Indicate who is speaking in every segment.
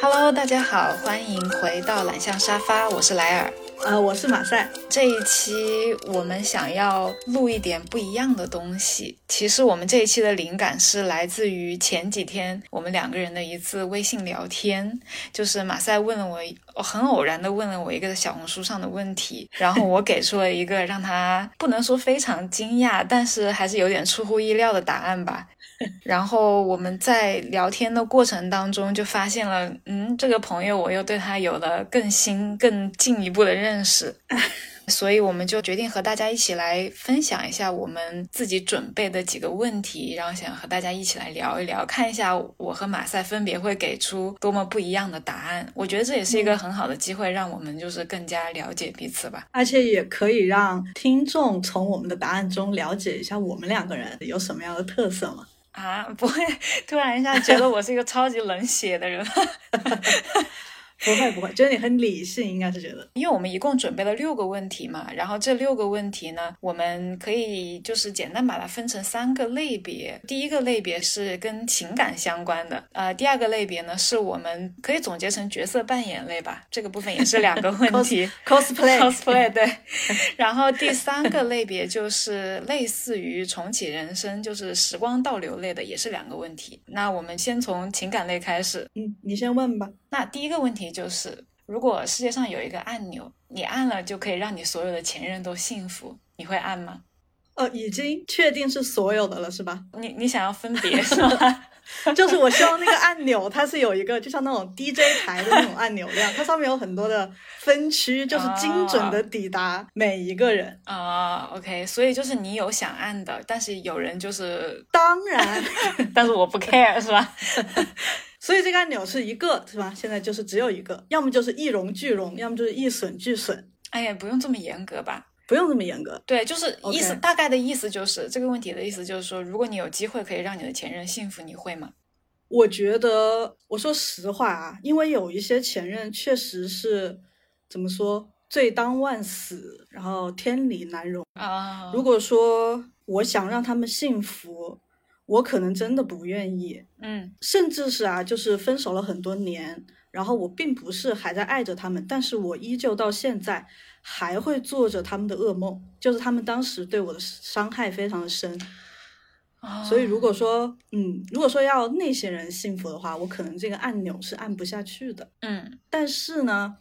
Speaker 1: Hello，大家好，欢迎回到懒象沙发，我是莱尔。
Speaker 2: 呃，我是马赛。
Speaker 1: 这一期我们想要录一点不一样的东西。其实我们这一期的灵感是来自于前几天我们两个人的一次微信聊天，就是马赛问了我一，哦很偶然的问了我一个小红书上的问题，然后我给出了一个让他不能说非常惊讶，但是还是有点出乎意料的答案吧。 然后我们在聊天的过程当中，就发现了，嗯，这个朋友我又对他有了更新、更进一步的认识，所以我们就决定和大家一起来分享一下我们自己准备的几个问题，然后想和大家一起来聊一聊，看一下我和马赛分别会给出多么不一样的答案。我觉得这也是一个很好的机会，让我们就是更加了解彼此吧。
Speaker 2: 而且也可以让听众从我们的答案中了解一下我们两个人有什么样的特色嘛。
Speaker 1: 啊，不会突然一下觉得我是一个超级冷血的人。
Speaker 2: 不会不会，觉得你很理性，应该是觉得
Speaker 1: 因为我们一共准备了六个问题嘛，然后这六个问题呢，我们可以就是简单把它分成三个类别。第一个类别是跟情感相关的，呃，第二个类别呢是我们可以总结成角色扮演类吧，这个部分也是两个问题
Speaker 2: cosplay
Speaker 1: cosplay 对。然后第三个类别就是类似于重启人生，就是时光倒流类的，也是两个问题。那我们先从情感类开始，
Speaker 2: 嗯，你先问吧。
Speaker 1: 那第一个问题就是，如果世界上有一个按钮，你按了就可以让你所有的前任都幸福，你会按吗？
Speaker 2: 哦，已经确定是所有的了，是吧？
Speaker 1: 你你想要分别是吗？
Speaker 2: 就是我希望那个按钮，它是有一个，就像那种 DJ 台的那种按钮一样，它上面有很多的分区，就是精准的抵达每一个人。
Speaker 1: 啊、o k 所以就是你有想按的，但是有人就是，
Speaker 2: 当然，
Speaker 1: 但是我不 care 是吧？
Speaker 2: 所以这个按钮是一个，是吧？现在就是只有一个，要么就是一荣俱荣，要么就是一损俱损，
Speaker 1: 哎呀，不用这么严格吧？
Speaker 2: 不用这么严格。
Speaker 1: 对，就是意思
Speaker 2: OK
Speaker 1: 大概的意思就是这个问题的意思就是说，如果你有机会可以让你的前任幸福，你会吗？
Speaker 2: 我觉得，我说实话啊，因为有一些前任确实是怎么说，罪当万死，然后天理难容。
Speaker 1: 啊、
Speaker 2: 如果说我想让他们幸福，我可能真的不愿意，
Speaker 1: 嗯
Speaker 2: 甚至是啊，就是分手了很多年，然后我并不是还在爱着他们，但是我依旧到现在还会做着他们的噩梦，就是他们当时对我的伤害非常的深。
Speaker 1: 啊
Speaker 2: 所以如果说，嗯，如果说要那些人幸福的话，我可能这个按钮是按不下去的。
Speaker 1: 嗯
Speaker 2: 但是呢，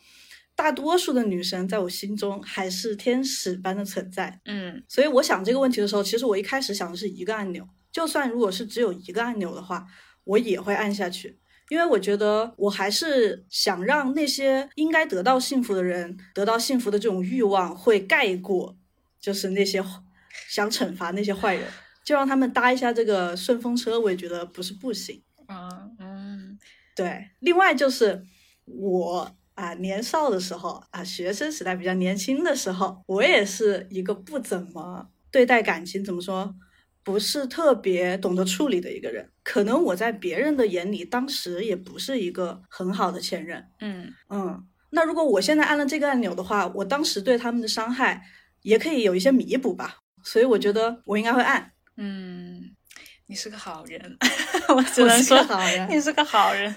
Speaker 2: 大多数的女生在我心中还是天使般的存在。
Speaker 1: 嗯
Speaker 2: 所以我想这个问题的时候，其实我一开始想的是一个按钮，就算如果是只有一个按钮的话，我也会按下去。因为我觉得，我还是想让那些应该得到幸福的人得到幸福的这种欲望会盖过，就是那些想惩罚那些坏人，就让他们搭一下这个顺风车，我也觉得不是不行。
Speaker 1: 啊嗯
Speaker 2: 对，另外就是我啊，年少的时候啊，学生时代比较年轻的时候，我也是一个不怎么对待感情怎么说，不是特别懂得处理的一个人。可能我在别人的眼里，当时也不是一个很好的前任。
Speaker 1: 嗯
Speaker 2: 嗯，那如果我现在按了这个按钮的话，我当时对他们的伤害也可以有一些弥补吧。所以我觉得我应该会按，
Speaker 1: 嗯，你是个好人， 我只
Speaker 2: 我
Speaker 1: 能
Speaker 2: 是
Speaker 1: 说
Speaker 2: 个好人
Speaker 1: 你是个好人。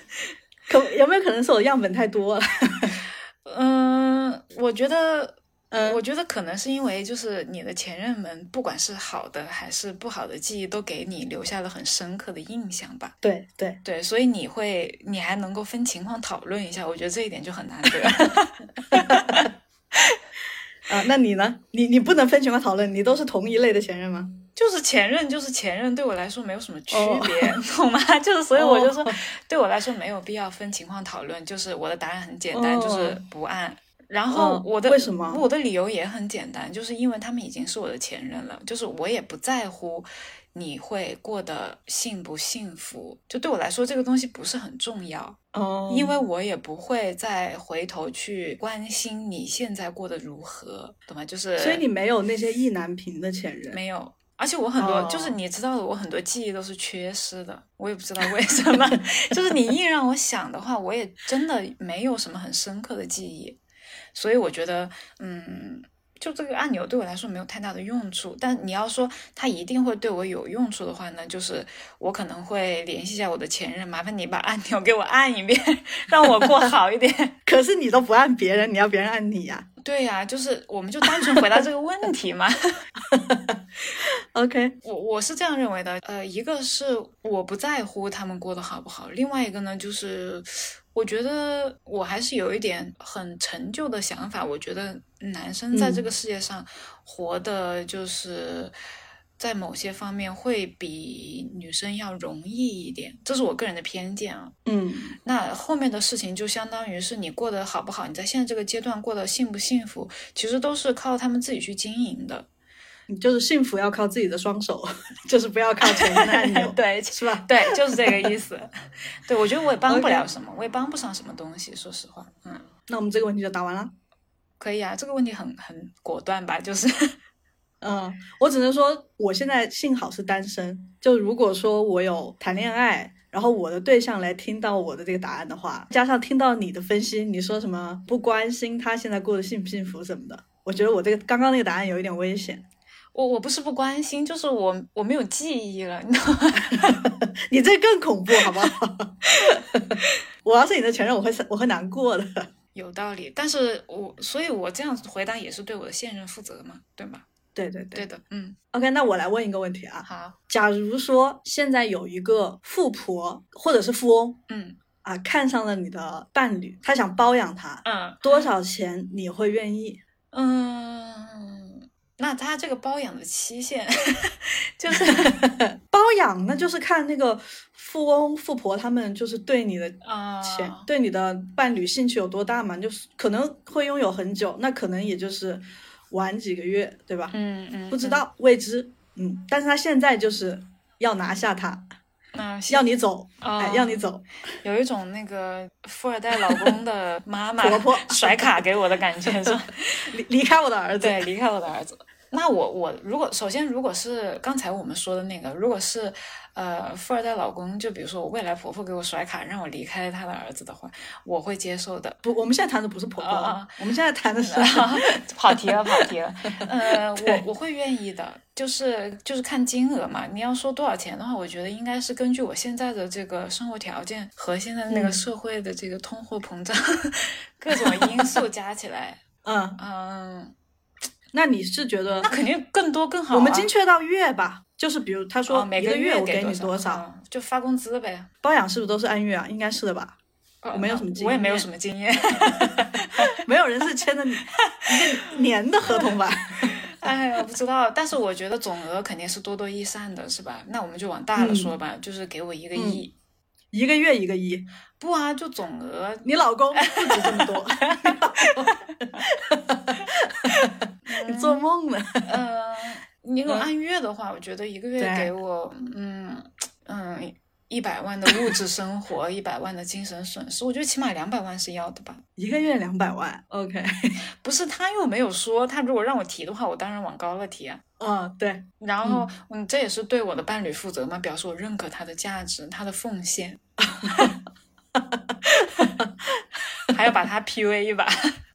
Speaker 2: 可有没有可能是我样本太多了？
Speaker 1: 嗯，我觉得，
Speaker 2: 嗯
Speaker 1: 我觉得可能是因为就是你的前任们，不管是好的还是不好的记忆，都给你留下了很深刻的印象吧。
Speaker 2: 对对，
Speaker 1: 对，所以你会，你还能够分情况讨论一下，我觉得这一点就很难得。
Speaker 2: 啊，那你呢？你你不能分情况讨论，你都是同一类的前任吗？
Speaker 1: 就是前任，就是前任，对我来说没有什么区
Speaker 2: 哦
Speaker 1: 别， 懂吗？就是所以我就说
Speaker 2: 哦
Speaker 1: 对我来说没有必要分情况讨论，就是我的答案很简单，
Speaker 2: 哦
Speaker 1: 就是不按。然后
Speaker 2: 嗯
Speaker 1: 我的、
Speaker 2: 为什么
Speaker 1: 我的理由也很简单，就是因为他们已经是我的前任了，就是我也不在乎你会过得幸不幸福，就对我来说这个东西不是很重要，
Speaker 2: 哦
Speaker 1: 因为我也不会再回头去关心你现在过得如何，懂吗？就是
Speaker 2: 所以你没有那些意难平的前任。
Speaker 1: 没有。而且我很多、
Speaker 2: 哦
Speaker 1: 就是你知道的，我很多记忆都是缺失的，我也不知道为什么。 就是你硬让我想的话，我也真的没有什么很深刻的记忆，所以我觉得，嗯，就这个按钮对我来说没有太大的用处，但你要说它一定会对我有用处的话呢，就是我可能会联系一下我的前任，麻烦你把按钮给我按一遍， 让我 过好一点。
Speaker 2: 可是你都不按别人，你要别人按你呀、
Speaker 1: 对呀、就是我们就单纯回答这个问题嘛。
Speaker 2: OK，
Speaker 1: 我我是这样认为的，呃，一个是我不在乎他们过得好不好，另外一个呢就是，我觉得我还是有一点很陈旧的想法，我觉得男生在这个世界上活的就是。在某些方面会比女生要容易一点，这是我个人的偏见啊。
Speaker 2: 嗯
Speaker 1: 那后面的事情就相当于是你过得好不好，你在现在这个阶段过得幸不幸福，其实都是靠他们自己去经营的。
Speaker 2: 你就是幸福要靠自己的双手， 就是不要靠前面的按 钮，
Speaker 1: 对，
Speaker 2: 是吧？
Speaker 1: 对，就是这个意思。 对，我觉得我也帮不
Speaker 2: OK
Speaker 1: 了什么我也帮不上什么东西，说实话。嗯，
Speaker 2: 那我们这个问题就答完了。
Speaker 1: 可以啊，这个问题很很果断吧？就是，
Speaker 2: 嗯，我只能说我现在幸好是单身。就如果说我有谈恋爱，然后我的对象来听到我的这个答案的话，加上听到你的分析，你说什么不关心他现在过得幸不幸福什么的，我觉得我这个刚刚那个答案有一点危险。
Speaker 1: 我我不是不关心，就是我我没有记忆了，你知道吗？
Speaker 2: 你这更恐怖，好不好？ 我要是你的前任，我会我会难过的。
Speaker 1: 有道理，但是我所以，我这样回答也是对我的现任负责嘛，对吗？
Speaker 2: 对对
Speaker 1: 对
Speaker 2: 对
Speaker 1: 的，嗯，
Speaker 2: ，OK，那我来问一个问题啊，
Speaker 1: 好，
Speaker 2: 假如说现在有一个富婆或者是富翁
Speaker 1: 嗯
Speaker 2: 啊，看上了你的伴侣，他想包养他，
Speaker 1: 嗯
Speaker 2: 多少钱你会愿意？
Speaker 1: 嗯，那他这个包养的期限 就是
Speaker 2: 包养那就是看那个富翁富婆他们就是对你的
Speaker 1: 啊，
Speaker 2: 钱、对你的伴侣兴趣有多大嘛，就是可能会拥有很久，那可能也就是玩几个月，对吧？
Speaker 1: 嗯嗯，
Speaker 2: 不知道未知，嗯，但是他现在就是要拿下他，
Speaker 1: 嗯，那
Speaker 2: 要你走，哎
Speaker 1: 啊，，
Speaker 2: 要你走，
Speaker 1: 有一种那个富二代老公 的妈妈
Speaker 2: 婆婆
Speaker 1: 甩卡给我的感觉，是吧？
Speaker 2: 离离开我的儿子。
Speaker 1: 对，离开我的儿子。那我我如果首先如果是刚才我们说的那个，如果是呃富二代老公，就比如说我未来婆婆给我甩卡让我离开他的儿子的话，我会接受的。
Speaker 2: 不，我们现在谈的不是婆婆，
Speaker 1: 啊啊
Speaker 2: 我们现在谈的是
Speaker 1: 哦 跑题了，跑题了。呃，我我会愿意的，就是就是看金额嘛。你要说多少钱的话，我觉得应该是根据我现在的这个生活条件和现在那个
Speaker 2: 嗯
Speaker 1: 社会的这个通货膨胀、 各种因素加起来，
Speaker 2: 嗯，
Speaker 1: 嗯，
Speaker 2: 那你是觉得
Speaker 1: 那肯定更多更好、啊。
Speaker 2: 我们精确到月吧？就是比如他说
Speaker 1: 哦，每
Speaker 2: 一个
Speaker 1: 月
Speaker 2: 我给
Speaker 1: 多
Speaker 2: 你多少，
Speaker 1: 嗯就发工资呗。
Speaker 2: 包养是不是都是按月啊？应该是的吧？
Speaker 1: 呃
Speaker 2: 我没有什么经
Speaker 1: 我也没有
Speaker 2: 验
Speaker 1: 什么经验。
Speaker 2: 没有人是签的一个年的合同吧？
Speaker 1: 哎呀，我不知道，但是我觉得总额肯定是多多益善的，是吧？那我们就往大了说吧，就是给我一个
Speaker 2: 嗯
Speaker 1: 亿。
Speaker 2: 一个月一个一，
Speaker 1: 不啊，就总额
Speaker 2: 你老公不止这么多，你做梦呢？
Speaker 1: 呃，你如果
Speaker 2: 嗯
Speaker 1: 按月的话，我觉得一个月
Speaker 2: 对
Speaker 1: 给我，嗯嗯，一百万的物质生活，一百万的精神损失，我觉得起码两百万是要的吧。
Speaker 2: 一个月两百万，OK，
Speaker 1: 不是他又没有说，他如果让我提的话，我当然往高了提啊。
Speaker 2: 嗯，对，
Speaker 1: 然后，嗯，这也是对我的伴侣负责嘛，表示我认可他的价值，他的奉献， 还要把他 PUA 一把。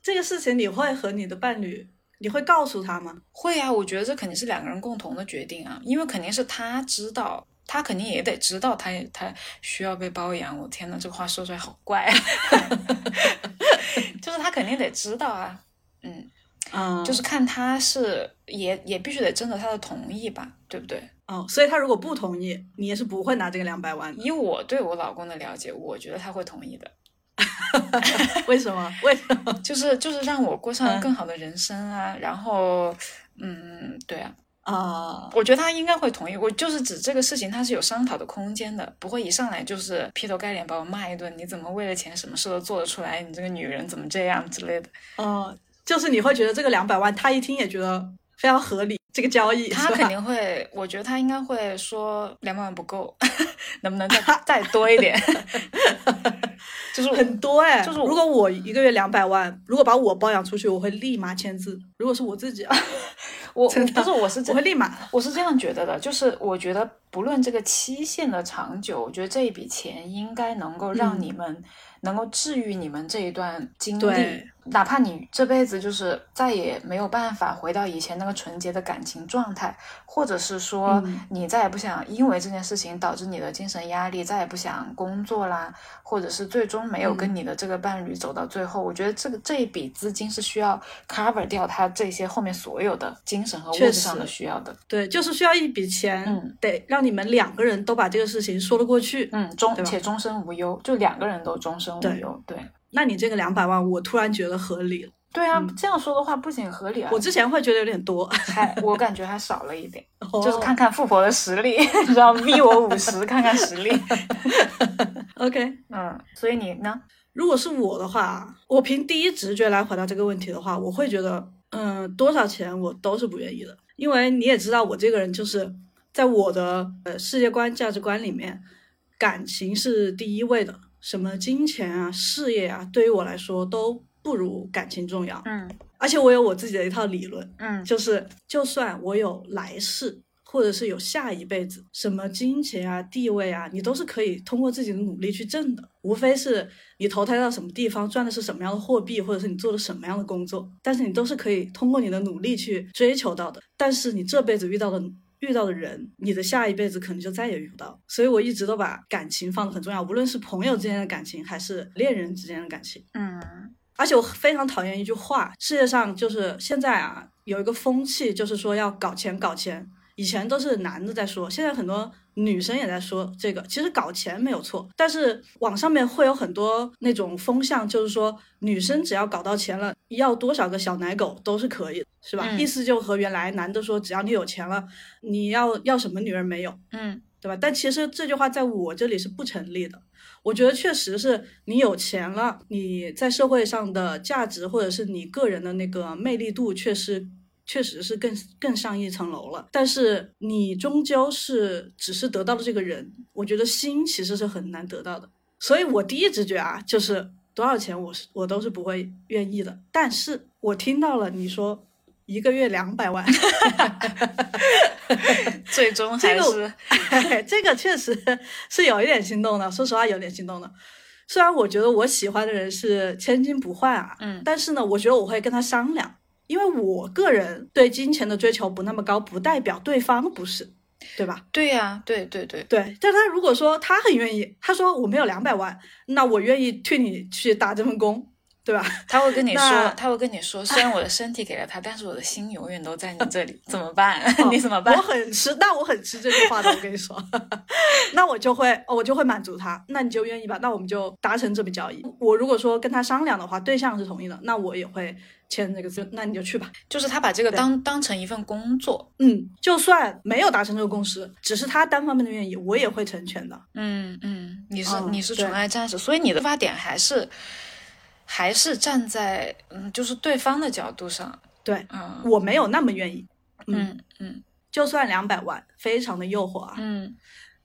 Speaker 2: 这个事情你会和你的伴侣，你会告诉他吗？
Speaker 1: 会啊，我觉得这肯定是两个人共同的决定啊，因为肯定是他知道，他肯定也得知道他他需要被包养。我天呐，这个话说出来好怪、 啊，就是他肯定得知道啊，嗯，
Speaker 2: 嗯，
Speaker 1: 就是看他是也也必须得征得他的同意吧，对不对？
Speaker 2: 哦，所以他如果不同意，你也是不会拿这个两百万的。
Speaker 1: 以我对我老公的了解，我觉得他会同意的，
Speaker 2: 为什么？为什么？
Speaker 1: 就是就是让我过上
Speaker 2: 嗯
Speaker 1: 更好的人生啊，然后。嗯，对 啊，
Speaker 2: 啊、
Speaker 1: 我觉得他应该会同意。我就是指这个事情，他是有商讨的空间的，不会一上来就是劈头盖脸把我骂一顿。你怎么为了钱什么事都做得出来？你这个女人怎么这样之类的？嗯
Speaker 2: 哦，就是你会觉得这个两百万，他一听也觉得非常合理，这个交易
Speaker 1: 他
Speaker 2: 是吧
Speaker 1: 肯定会，我觉得他应该会说两百万不够， 能不能 再再多一点？ 就是我
Speaker 2: 很多哎、
Speaker 1: 就是我
Speaker 2: 如果我一个月两百万，如果把我包养出去，我会立马签字。如果是我自己啊，
Speaker 1: 我，
Speaker 2: 真
Speaker 1: 我
Speaker 2: 的
Speaker 1: 但是我是
Speaker 2: 我
Speaker 1: 真
Speaker 2: 会立马。
Speaker 1: 我是这样觉得的，就是我觉得不论这个期限的长久，我觉得这一笔钱应该能够让
Speaker 2: 嗯
Speaker 1: 你们、能够治愈你们这一段经历
Speaker 2: 对，
Speaker 1: 哪怕你这辈子就是再也没有办法回到以前那个纯洁的感情状态，或者是说
Speaker 2: 嗯
Speaker 1: 你再也不想因为这件事情导致你的精神压力，再也不想工作啦，或者是最终
Speaker 2: 嗯
Speaker 1: 没有跟你的这个伴侣走到最后，我觉得这个这一笔资金是需要 cover 掉他这些后面所有的精神和物
Speaker 2: 确
Speaker 1: 质上的
Speaker 2: 实
Speaker 1: 需要的。
Speaker 2: 对，就是需要一笔钱，
Speaker 1: 嗯
Speaker 2: 得让你们两个人都把这个事情说得过去。
Speaker 1: 嗯，终
Speaker 2: 对吧
Speaker 1: 且终身无忧，就两个人都终身无
Speaker 2: 对
Speaker 1: 忧。对
Speaker 2: 那你这个两百万，我突然觉得合理了。
Speaker 1: 对啊，
Speaker 2: 嗯
Speaker 1: 这样说的话不仅合理啊，
Speaker 2: 我之前会觉得有点多，
Speaker 1: 还我感觉还少了一点。就是
Speaker 2: 哦
Speaker 1: 看看富婆的实力， 然后逼我五十，看看实 力。
Speaker 2: 哦 OK。
Speaker 1: 嗯，所以你呢？
Speaker 2: 如果是我的话，我凭第一直觉来回答这个问题的话，我会觉得，嗯、多少钱我都是不愿意的，因为你也知道，我这个人就是在我的呃世界观、价值观里面，感情是第一位的，什么金钱啊、事业啊，对于我来说都不如感情重要。
Speaker 1: 嗯
Speaker 2: 而且我有我自己的一套理论，
Speaker 1: 嗯
Speaker 2: 就是就算我有来世，或者是有下一辈子，什么金钱啊、地位啊，你都是可以通过自己的努力去挣的，无非是你投胎到什么地方，赚的是什么样的货币，或者是你做了什么样的工作，但是你都是可以通过你的努力去追求到的。但是你这辈子遇到的。遇到的人，你的下一辈子可能就再也遇不到。所以我一直都把感情放得很重要，无论是朋友之间的感情，还是恋人之间的感情。
Speaker 1: 嗯
Speaker 2: 而且我非常讨厌一句话，世界上就是现在啊，有一个风气，就是说要搞钱搞钱。以前都是男的在说，现在很多女生也在说这个。其实搞钱没有错，但是网上面会有很多那种风向，就是说女生只要搞到钱了，要多少个小奶狗都是可以的，是吧？
Speaker 1: 嗯
Speaker 2: 意思就和原来男的说，只要你有钱了，你要要什么女人没有，
Speaker 1: 嗯
Speaker 2: 对吧？但其实这句话在我这里是不成立的。我觉得确实是你有钱了，你在社会上的价值或者是你个人的那个魅力度，确实确实是更更上一层楼了。但是你终究是只是得到了这个人，我觉得心其实是很难得到的。所以我第一直觉啊，就是多少钱我是我都是不会愿意的。但是我听到了你说一个月两百万。
Speaker 1: 最终还
Speaker 2: 这个
Speaker 1: 是
Speaker 2: 这个确实是有一点心动的，说实话有点心动的。虽然我觉得我喜欢的人是千金不换啊，
Speaker 1: 嗯
Speaker 2: 但是呢，我觉得我会跟他商量，因为我个人对金钱的追求不那么高，不代表对方不是，对吧？
Speaker 1: 对呀、对对对，
Speaker 2: 对，但他如果说他很愿意，他说我没有两百万，那我愿意替你去打这份工，对吧？
Speaker 1: 他会跟你说
Speaker 2: 那，
Speaker 1: 他会跟你说，虽然我的身体给了他，但是我的心永远都在你这里，怎么办？ 你怎么办
Speaker 2: 哦我？很吃，那我很吃这句话的，我跟你说， 那我就会，哦我就会满足他，那你就愿意吧，那我们就达成这笔交易。我如果说跟他商量的话，对象是同意的，那我也会签这个字，那你就去吧。
Speaker 1: 就是他把这个
Speaker 2: 对
Speaker 1: 当当成一份工作。
Speaker 2: 嗯，就算没有达成这个共识，只是他单方面的愿意，我也会成全的。
Speaker 1: 嗯嗯，你是、
Speaker 2: 嗯
Speaker 1: 你是
Speaker 2: 对
Speaker 1: 纯爱战士，所以你的出发点还是还是站在嗯，就是对方的角度上。
Speaker 2: 对
Speaker 1: 嗯
Speaker 2: 我没有那么愿意，
Speaker 1: 嗯嗯
Speaker 2: 就算两百万，非常的诱惑啊，
Speaker 1: 嗯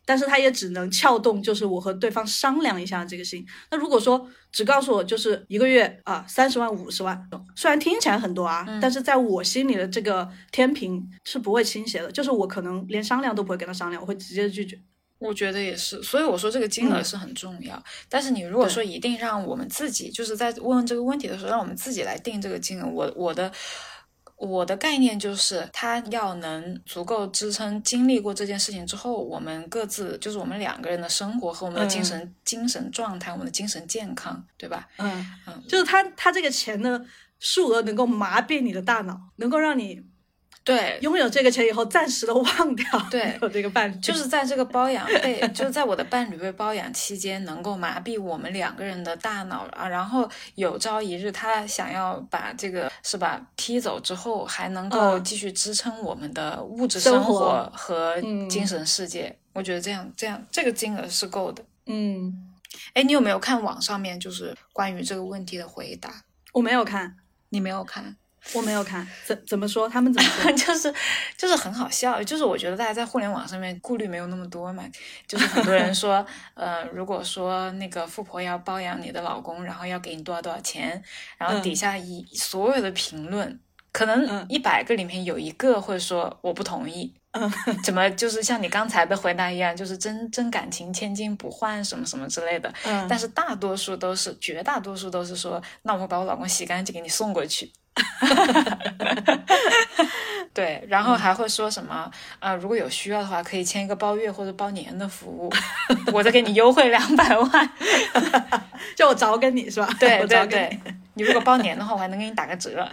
Speaker 2: 但是他也只能撬动，就是我和对方商量一下这个心。那如果说只告诉我就是一个月啊三十万五十万，虽然听起来很多啊，
Speaker 1: 嗯
Speaker 2: 但是在我心里的这个天平是不会倾斜的，就是我可能连商量都不会跟他商量，我会直接拒绝。
Speaker 1: 我觉得也是，所以我说这个金额
Speaker 2: 嗯
Speaker 1: 是很重要。但是你如果
Speaker 2: 对
Speaker 1: 说一定让我们自己，就是在问这个问题的时候，让我们自己来定这个金额，我我的我的概念就是，它要能足够支撑经历过这件事情之后，我们各自就是我们两个人的生活和我们的精神、精神状态，我们的精神健康，对吧？
Speaker 2: 嗯
Speaker 1: 嗯，
Speaker 2: 就是他他这个钱的数额能够麻痹你的大脑，能够让你
Speaker 1: 对，
Speaker 2: 拥有这个钱以后暂时的忘掉
Speaker 1: 对
Speaker 2: 你有这个伴侣，
Speaker 1: 就是在这个包养被， 就是在我的伴侣被包养期间，能够麻痹我们两个人的大脑啊，然后有朝一日他想要把这个是吧踢走之后，还能够
Speaker 2: 嗯
Speaker 1: 继续支撑我们的物质
Speaker 2: 生
Speaker 1: 生活
Speaker 2: 活
Speaker 1: 和
Speaker 2: 嗯
Speaker 1: 精神世界。我觉得这样这样这个金额是够的。
Speaker 2: 嗯，
Speaker 1: 哎，你有没有看网上面就是关于这个问题的回答？
Speaker 2: 我没有看，
Speaker 1: 你没有看？
Speaker 2: 我没有看，怎怎么说？他们怎么 说？
Speaker 1: 就是就是很好笑，就是我觉得大家在互联网上面顾虑没有那么多嘛，就是很多人说，呃，如果说那个富婆要包养你的老公，然后要给你多少多少钱，然后
Speaker 2: 嗯
Speaker 1: 底下一、所有的评论。可能
Speaker 2: 嗯
Speaker 1: 一百个里面有一个会说我不同意，
Speaker 2: 嗯，
Speaker 1: 怎么就是像你刚才的回答一样，就是真真感情千金不换什么什么之类的。
Speaker 2: 嗯
Speaker 1: 但是大多数都是，绝大多数都是说，那我把我老公洗干净给你送过去。 对，然后还会说什么？呃，如果有需要的话，可以签一个包月或者包年的服务，我再给你优惠两百万。
Speaker 2: 就我找给你是吧？
Speaker 1: 对
Speaker 2: 我
Speaker 1: 对
Speaker 2: 找给你
Speaker 1: 对， 你如果包年的话，我还能给你打个折。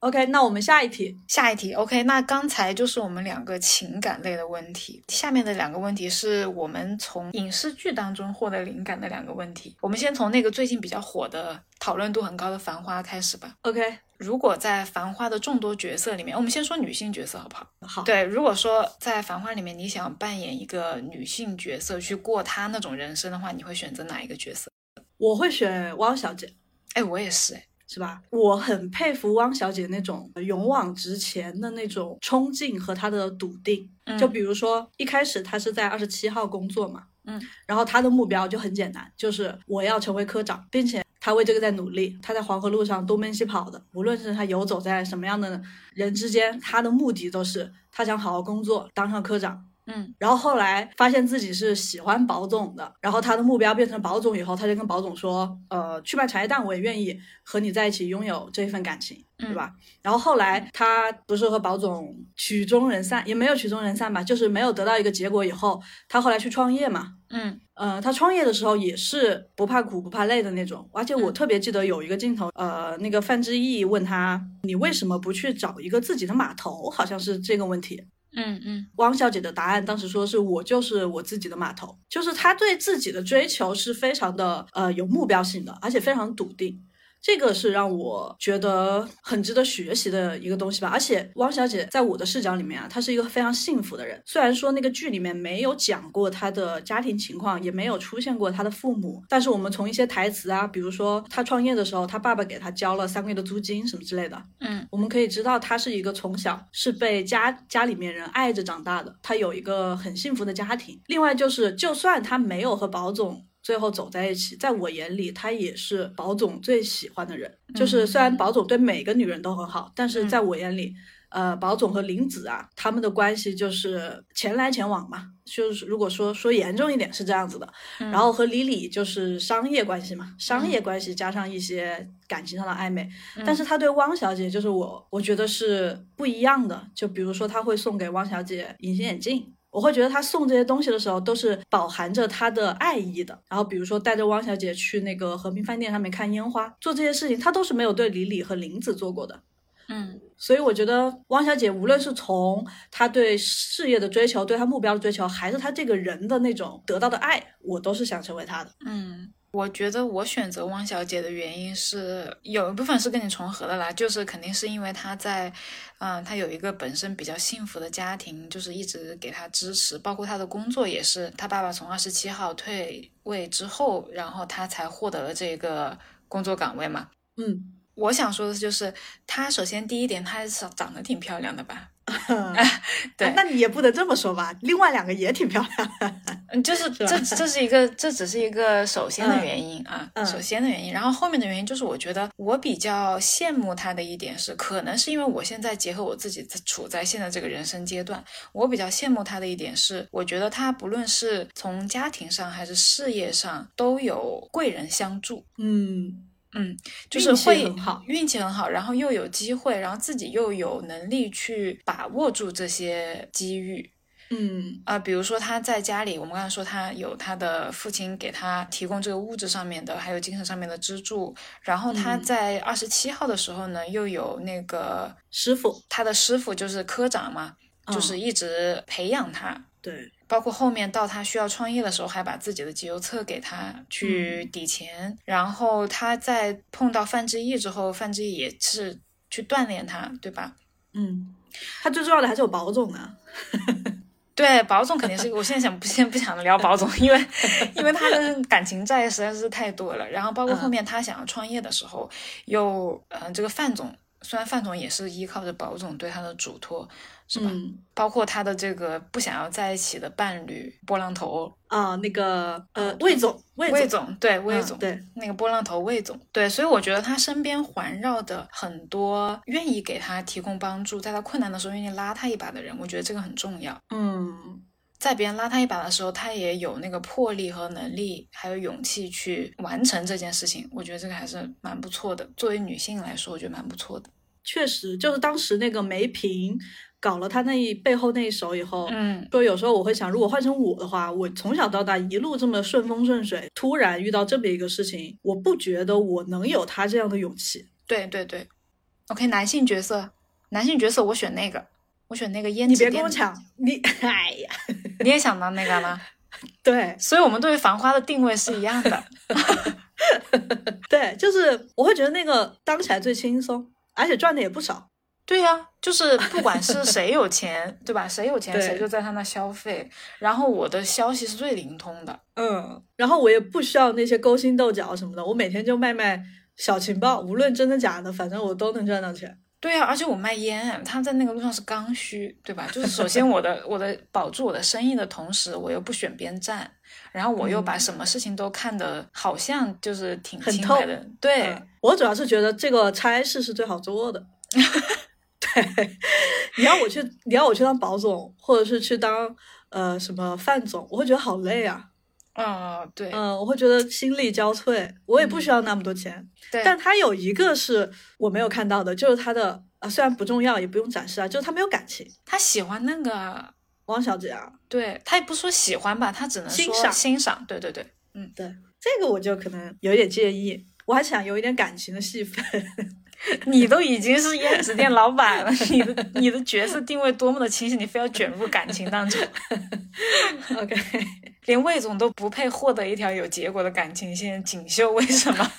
Speaker 2: OK，那我们下一题。
Speaker 1: 下一题，OK，那刚才就是我们两个情感类的问题，下面的两个问题是我们从影视剧当中获得灵感的两个问题。我们先从那个最近比较火的、讨论度很高的《繁花》开始吧。
Speaker 2: OK，
Speaker 1: 如果在《繁花》的众多角色里面，我们先说女性角色好不好？
Speaker 2: 好，
Speaker 1: 对，如果说在《繁花》里面你想扮演一个女性角色去过她那种人生的话，你会选择哪一个角色？
Speaker 2: 我会选汪小姐，
Speaker 1: 哎，我也是，哎，
Speaker 2: 是吧？我很佩服汪小姐那种勇往直前的那种冲劲和她的笃定。
Speaker 1: 嗯
Speaker 2: 就比如说一开始她是在二十七号工作嘛，
Speaker 1: 嗯，
Speaker 2: 然后她的目标就很简单，就是我要成为科长，并且她为这个在努力。她在黄河路上东奔西跑的，无论是她游走在什么样的人之间，她的目的都是她想好好工作，当上科长，
Speaker 1: 嗯
Speaker 2: 然后后来发现自己是喜欢保总的，然后他的目标变成保总以后，他就跟保总说，呃，去卖茶叶蛋我也愿意和你在一起拥有这一份感情，
Speaker 1: 嗯
Speaker 2: 对吧？然后后来他不是和保总曲终人散，也没有曲终人散吧，就是没有得到一个结果以后，他后来去创业嘛。
Speaker 1: 嗯
Speaker 2: 呃，他创业的时候也是不怕苦不怕累的那种，而且我
Speaker 1: 嗯
Speaker 2: 特别记得有一个镜头，呃，那个范志毅问他，你为什么不去找一个自己的码头？好像是这个问题，
Speaker 1: 嗯嗯
Speaker 2: 汪小姐的答案当时说是我就是我自己的码头，就是她对自己的追求是非常的呃有目标性的，而且非常笃定。这个是让我觉得很值得学习的一个东西吧。而且汪小姐在我的视角里面啊，她是一个非常幸福的人。虽然说那个剧里面没有讲过她的家庭情况，也没有出现过她的父母，但是我们从一些台词啊，比如说她创业的时候，她爸爸给她交了三个月的租金什么之类的，
Speaker 1: 嗯
Speaker 2: 我们可以知道，她是一个从小是被家家里面人爱着长大的，她有一个很幸福的家庭。另外就是，就算她没有和保总最后走在一起，在我眼里，她也是保总最喜欢的人。就是虽然保总对每个女人都很好，但是在我眼里，呃，保总和林子啊，他们的关系就是钱来钱往嘛。就是如果说说严重一点是这样子的，
Speaker 1: 嗯
Speaker 2: 然后和李李就是商业关系嘛，商业关系加上一些感情上的暧昧，但是他对汪小姐，就是我，我觉得是不一样的。就比如说，他会送给汪小姐隐形眼镜，我会觉得他送这些东西的时候都是饱含着他的爱意的。然后比如说带着汪小姐去那个和平饭店上面看烟花，做这些事情，他都是没有对李李和林子做过的。
Speaker 1: 嗯
Speaker 2: 所以我觉得汪小姐无论是从她对事业的追求、对她目标的追求，还是她这个人的那种得到的爱，我都是想成为她的。
Speaker 1: 嗯，我觉得我选择汪小姐的原因是有一部分是跟你重合的啦，就是肯定是因为她在，嗯，她有一个本身比较幸福的家庭，就是一直给她支持，包括她的工作也是，她爸爸从二十七号退位之后，然后她才获得了这个工作岗位嘛。
Speaker 2: 嗯，
Speaker 1: 我想说的就是，她首先第一点，她长长得挺漂亮的吧，对
Speaker 2: 哎那你也不能这么说吧？另外两个也挺漂亮的。
Speaker 1: 嗯，就是
Speaker 2: 是吧
Speaker 1: 这这是一个，这只是一个首先的
Speaker 2: 嗯
Speaker 1: 原因啊，
Speaker 2: 嗯
Speaker 1: 首先的原因。然后后面的原因就是，我觉得我比较羡慕他的一点是，可能是因为我现在结合我自己在处在现在这个人生阶段，我比较羡慕他的一点是，我觉得他不论是从家庭上还是事业上，都有贵人相助。
Speaker 2: 嗯，
Speaker 1: 嗯，就是
Speaker 2: 运气
Speaker 1: 会
Speaker 2: 很好
Speaker 1: 运气很好，嗯然后又有机会，然后自己又有能力去把握住这些机遇。
Speaker 2: 嗯
Speaker 1: 啊、比如说他在家里，我们刚才说他有他的父亲给他提供这个物质上面的，还有精神上面的支柱。然后他
Speaker 2: 嗯
Speaker 1: 在二十七号的时候呢，又有那个，
Speaker 2: 师傅，
Speaker 1: 他的师傅就是科长嘛，就是
Speaker 2: 嗯
Speaker 1: 一直培养他。
Speaker 2: 对，
Speaker 1: 包括后面到他需要创业的时候，还把自己的集邮册给他去
Speaker 2: 嗯
Speaker 1: 抵钱。然后他在碰到范志毅之后，范志毅也是去锻炼他，对吧？
Speaker 2: 嗯，他最重要的还是有保总啊呢。
Speaker 1: 对，保总肯定是，我现在想不先不想聊保总，因为因为他的感情债实在是太多了。然后包括后面他想要创业的时候，又嗯、呃这个范总虽然饭桶也是依靠着宝总对他的嘱托，是吧？
Speaker 2: 嗯
Speaker 1: 包括他的这个不想要在一起的伴侣波浪头
Speaker 2: 啊、那个呃，魏总，魏
Speaker 1: 魏
Speaker 2: 总，
Speaker 1: 总，对魏
Speaker 2: 嗯
Speaker 1: 总，
Speaker 2: 对，
Speaker 1: 那个波浪头魏总，对，所以我觉得他身边环绕的很多愿意给他提供帮助，在他困难的时候愿意拉他一把的人，我觉得这个很重要。
Speaker 2: 嗯
Speaker 1: 在别人拉他一把的时候，他也有那个魄力和能力，还有勇气去完成这件事情。我觉得这个还是蛮不错的。作为女性来说，我觉得蛮不错的。
Speaker 2: 确实，就是当时那个梅萍搞了他那一背后那一手以后，
Speaker 1: 嗯，
Speaker 2: 说有时候我会想，如果换成我的话，我从小到大一路这么顺风顺水，突然遇到这么一个事情，我不觉得我能有他这样的勇气。
Speaker 1: 对对对。OK，男性角色，男性角色我选那个，我选那个胭
Speaker 2: 你
Speaker 1: 脂
Speaker 2: 别
Speaker 1: 店
Speaker 2: 跟我
Speaker 1: 主，
Speaker 2: 抢，你 哎呀，
Speaker 1: 你也想当那个 吗？
Speaker 2: 对
Speaker 1: 所以我们对于繁花的定位是一样的。
Speaker 2: 对，就是我会觉得那个当起来最轻松，而且赚的也不少。
Speaker 1: 对呀、就是不管是谁有钱，对吧？谁有钱
Speaker 2: 对
Speaker 1: 谁就在他那消费，然后我的消息是最灵通的。
Speaker 2: 嗯，然后我也不需要那些勾心斗角什么的，我每天就卖卖小情报，无论真的假的，反正我都能赚到钱。
Speaker 1: 对啊，而且我卖烟，他在那个路上是刚需，对吧？就是首先我的 我的保住我的生意的同时，我又不选边站，然后我又把什么事情都看得好像就是挺
Speaker 2: 嗯很
Speaker 1: 清
Speaker 2: 透
Speaker 1: 白的，对、
Speaker 2: 嗯我主要是觉得这个差事是最好做的。对，你要我去，你要我去当保总，或者是去当呃什么范总，我会觉得好累啊。
Speaker 1: 哦，对、
Speaker 2: 嗯、我会觉得心力交瘁。我也不需要那么多钱，
Speaker 1: 对，
Speaker 2: 但他有一个是我没有看到的，就是他的啊，虽然不重要，也不用展示啊，就是他没有感情。
Speaker 1: 他喜欢那个，
Speaker 2: 汪小姐啊，
Speaker 1: 对他也不说喜欢吧，他只能说
Speaker 2: 欣赏
Speaker 1: 欣赏，对对 对，
Speaker 2: 这个我就可能有点介意。我还想有一点感情的戏份，
Speaker 1: 你都已经是胭脂店老板了，你的你的角色定位多么的清晰，你非要卷入感情当中，
Speaker 2: OK，
Speaker 1: 连魏总都不配获得一条有结果的感情线，锦绣为什么？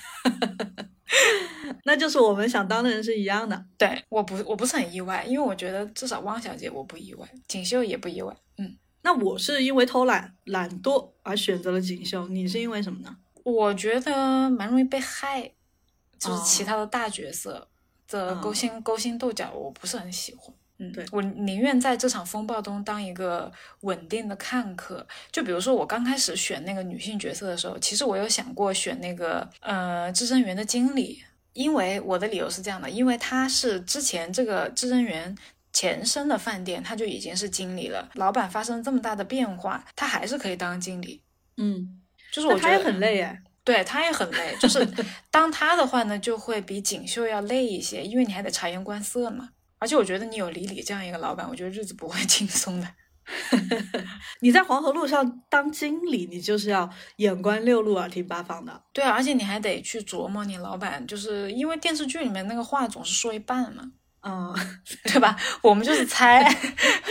Speaker 2: 那就是我们想当的人是一样的。
Speaker 1: 对，我不我不是很意外，因为我觉得至少汪小姐我不意外，锦绣也不意外。嗯，
Speaker 2: 那我是因为偷懒、懒惰而选择了锦绣，你是因为什么呢？
Speaker 1: 我觉得蛮容易被害，就是
Speaker 2: 哦
Speaker 1: 其他的大角色的
Speaker 2: 嗯
Speaker 1: 勾心、勾心斗角，我不是很喜欢。嗯，
Speaker 2: 对
Speaker 1: 我宁愿在这场风暴中当一个稳定的看客。就比如说，我刚开始选那个女性角色的时候，其实我有想过选那个呃，智臻园的经理，因为我的理由是这样的，因为他是之前这个智臻园前身的饭店，他就已经是经理了。老板发生这么大的变化，他还是可以当经理。
Speaker 2: 嗯，
Speaker 1: 就是
Speaker 2: 那
Speaker 1: 我觉
Speaker 2: 他也
Speaker 1: 得
Speaker 2: 很累哎。
Speaker 1: 对，他也很累。就是 当他的话呢，就会比锦绣要累一些，因为你还得察言观色嘛。而且我觉得你有李李这样一个老板，我觉得日子不会 轻松的。
Speaker 2: 你在黄河路上当经理，你就是要眼观六路，耳听八方的。
Speaker 1: 对啊，而且你还得去琢磨你老板，就是因为电视剧里面那个话总是说一半嘛，
Speaker 2: 嗯，
Speaker 1: 对吧？我们就是猜。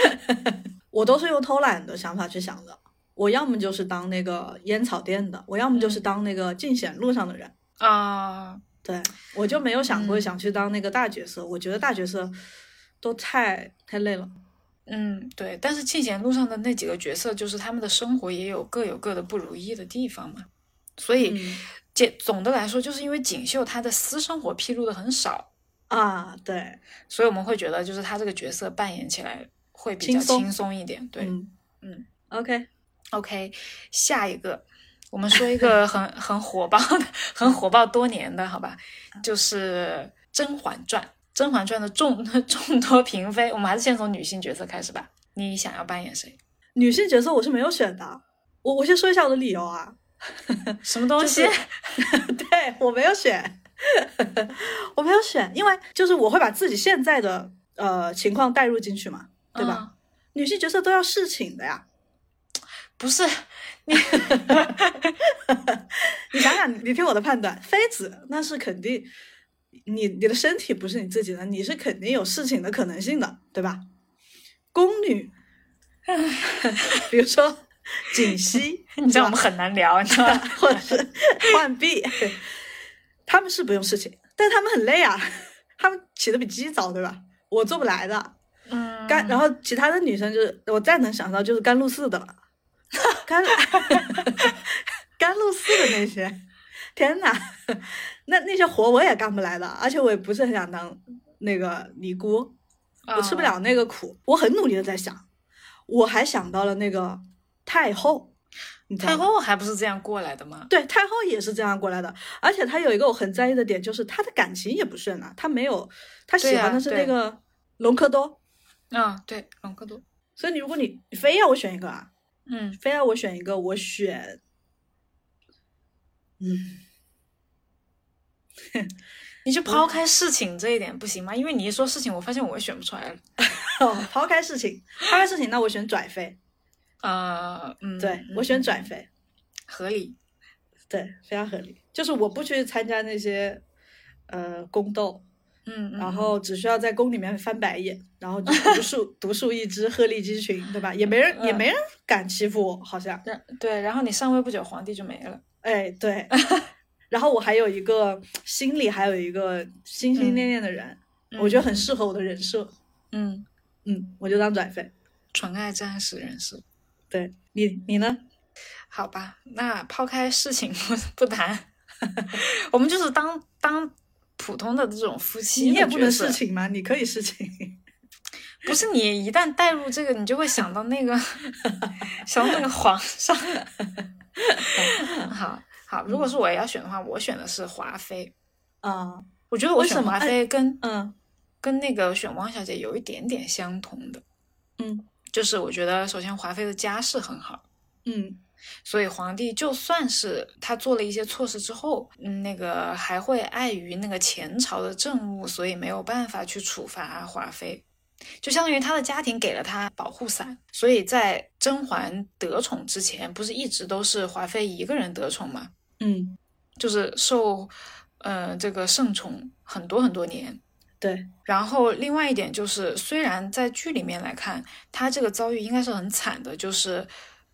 Speaker 2: 我都是用偷懒的想法去想的。我要么就是当那个烟草店的，我要么
Speaker 1: 嗯
Speaker 2: 就是当那个进贤路上的人。
Speaker 1: 啊、
Speaker 2: 对，我就没有想过
Speaker 1: 嗯
Speaker 2: 想去当那个大角色，我觉得大角色都太太累了。
Speaker 1: 嗯，对。但是《庆贤路上》的那几个角色，就是他们的生活也有各有各的不如意的地方嘛。所以，
Speaker 2: 嗯
Speaker 1: 简、总的来说，就是因为锦绣她的私生活披露的很少，
Speaker 2: 啊，对，
Speaker 1: 所以我们会觉得，就是他这个角色扮演起来会比较
Speaker 2: 轻松
Speaker 1: 轻松一点。对、
Speaker 2: 嗯
Speaker 1: 嗯
Speaker 2: ，OK，
Speaker 1: o k 下一个，我们说一个很 很火爆的、很火爆多年的，好吧，就是《甄嬛传》。《甄嬛传》的众 众多嫔妃，我们还是先从女性角色开始吧。你想要扮演谁？
Speaker 2: 女性角色我是没有选的，我我先说一下我的理由啊，
Speaker 1: 什么东西？
Speaker 2: 就是对我没有选，我没有选，因为就是我会把自己现在的呃情况带入进去嘛，对吧？
Speaker 1: 嗯
Speaker 2: 女性角色都要侍寝的呀，
Speaker 1: 不是，，
Speaker 2: 你想想，你听我的判断，妃子那是肯定，你你的身体不是你自己的，你是肯定有事情的可能性的，对吧？宫女， 比如说槿汐
Speaker 1: 你知道我们
Speaker 2: 对吧
Speaker 1: 很难聊，你知道吗？
Speaker 2: 或者是浣碧，他们是不用事情，但他们很累啊， 他们起得比鸡早，对吧？我做不来的。
Speaker 1: 嗯，
Speaker 2: 甘，然后其他的女生就是我再能想到就是甘露寺的了，甘 甘露寺的那些，天哪，那那些活我也干不来的，而且我也不是很想当那个尼姑，
Speaker 1: 嗯
Speaker 2: 我吃不了那个苦。我很努力的在想，我还想到了那个太后，你知道
Speaker 1: 嗯太
Speaker 2: 吗？
Speaker 1: 后还不是这样过来的吗？
Speaker 2: 对，太后也是这样过来的。而且她有一个我很在意的点，就是她的感情也不顺啊，她没有，她喜
Speaker 1: 对
Speaker 2: 欢
Speaker 1: 呀
Speaker 2: 的是那
Speaker 1: 对
Speaker 2: 个隆科多。
Speaker 1: 嗯，对，隆科多。
Speaker 2: 所以你如果你你非要我选一个啊，
Speaker 1: 嗯，
Speaker 2: 非要我选一个，我选，嗯，
Speaker 1: 你就抛开事情这一点不行吗？因为你一说事情，我发现我也选不出来了。
Speaker 2: 哦抛开事情，抛开事情，那我选拽妃。
Speaker 1: 呃，嗯，
Speaker 2: 对
Speaker 1: 嗯
Speaker 2: 我选
Speaker 1: 嗯
Speaker 2: 拽妃。
Speaker 1: 合理。
Speaker 2: 对，非常合理。就是我不去参加那些呃宫斗，
Speaker 1: 嗯，嗯
Speaker 2: 然后只需要在宫里面翻白眼，然后就 独树独树一帜，鹤立鸡群，对吧？也没
Speaker 1: 嗯
Speaker 2: 人也没人敢欺负我，好像。
Speaker 1: 然对，然后你上位不久，皇帝就没了。
Speaker 2: 哎， 对。然后我还有一个心里还有一个心心念念的人，我觉得很适合我的人设。
Speaker 1: 嗯，嗯，
Speaker 2: 嗯，我就当转飞。
Speaker 1: 纯爱战士人设。
Speaker 2: 对你，你呢？
Speaker 1: 好吧，那抛开事情 不不谈，我们就是当当普通的这种夫妻
Speaker 2: 你也
Speaker 1: 的
Speaker 2: 不
Speaker 1: 角
Speaker 2: 能
Speaker 1: 色
Speaker 2: 事，情吗？你可以事 情。
Speaker 1: 不是你一旦带入这个，你就会想到那个 想到那个皇上。 好好，如
Speaker 2: 嗯
Speaker 1: 果是我要选的话，我选的是华妃。
Speaker 2: 啊，
Speaker 1: 我觉得我
Speaker 2: 为
Speaker 1: 选
Speaker 2: 什么
Speaker 1: 华
Speaker 2: 哎
Speaker 1: 妃跟
Speaker 2: 嗯
Speaker 1: 跟那个选汪小姐有一点点相同的，
Speaker 2: 嗯
Speaker 1: 就是我觉得首先华妃的家世很好。
Speaker 2: 嗯
Speaker 1: 所以皇帝就算是他做了一些错事之后，嗯，那个还会碍于那个前朝的政务，所以没有办法去处罚华妃，就相当于他的家庭给了他保护伞。所以在甄嬛得宠之前，不是一直都是华妃一个人得宠嘛，
Speaker 2: 嗯，
Speaker 1: 就是受，呃，这个圣宠很多很多年。
Speaker 2: 对，
Speaker 1: 然后另外一点就是，虽然在剧里面来看，他这个遭遇应该是很惨的，就是，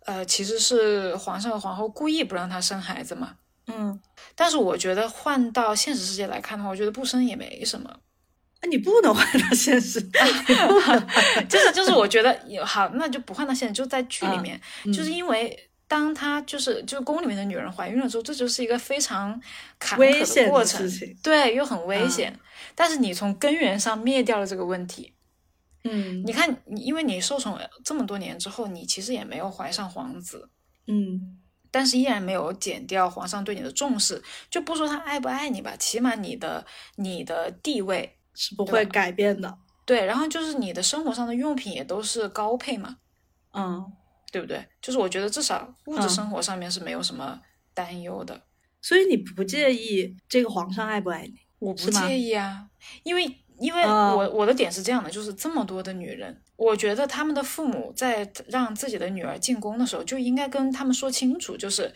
Speaker 1: 呃，其实是皇上和皇后故意不让他生孩子嘛。
Speaker 2: 嗯。
Speaker 1: 但是我觉得换到现实世界来看的话，我觉得不生也没什么。
Speaker 2: 哎，你不能换到现实，你不能换
Speaker 1: 就是就是，我觉得也好，那就不换到现在，就在剧里面，
Speaker 2: 嗯
Speaker 1: 就是因为当她就是就是宫里面的女人怀孕了之后，这就是一个非常坎坷
Speaker 2: 危
Speaker 1: 的
Speaker 2: 险
Speaker 1: 过
Speaker 2: 的
Speaker 1: 程，
Speaker 2: 事情。嗯
Speaker 1: 对，又很危险。但是你从根源上灭掉了这个问题，
Speaker 2: 嗯
Speaker 1: 你看，你因为你受宠这么多年之后，你其实也没有怀上皇子，
Speaker 2: 嗯，
Speaker 1: 但是依然没有减掉皇上对你的重视。就不说他爱不爱你吧，起码你的你的地位
Speaker 2: 是不会改变的。
Speaker 1: 对，然后就是你的生活上的用品也都是高配嘛，
Speaker 2: 嗯，
Speaker 1: 对不对？就是我觉得至少物质
Speaker 2: 嗯
Speaker 1: 生活上面是没有什么担忧的，
Speaker 2: 所以你不介意这个皇上爱不爱你？
Speaker 1: 我不
Speaker 2: 是吗
Speaker 1: 介意啊，因为因为
Speaker 2: 哦
Speaker 1: 我、我的点是这样的，就是这么多的女人，我觉得他们的父母在让自己的女儿进宫的时候，就应该跟他们说清楚，就是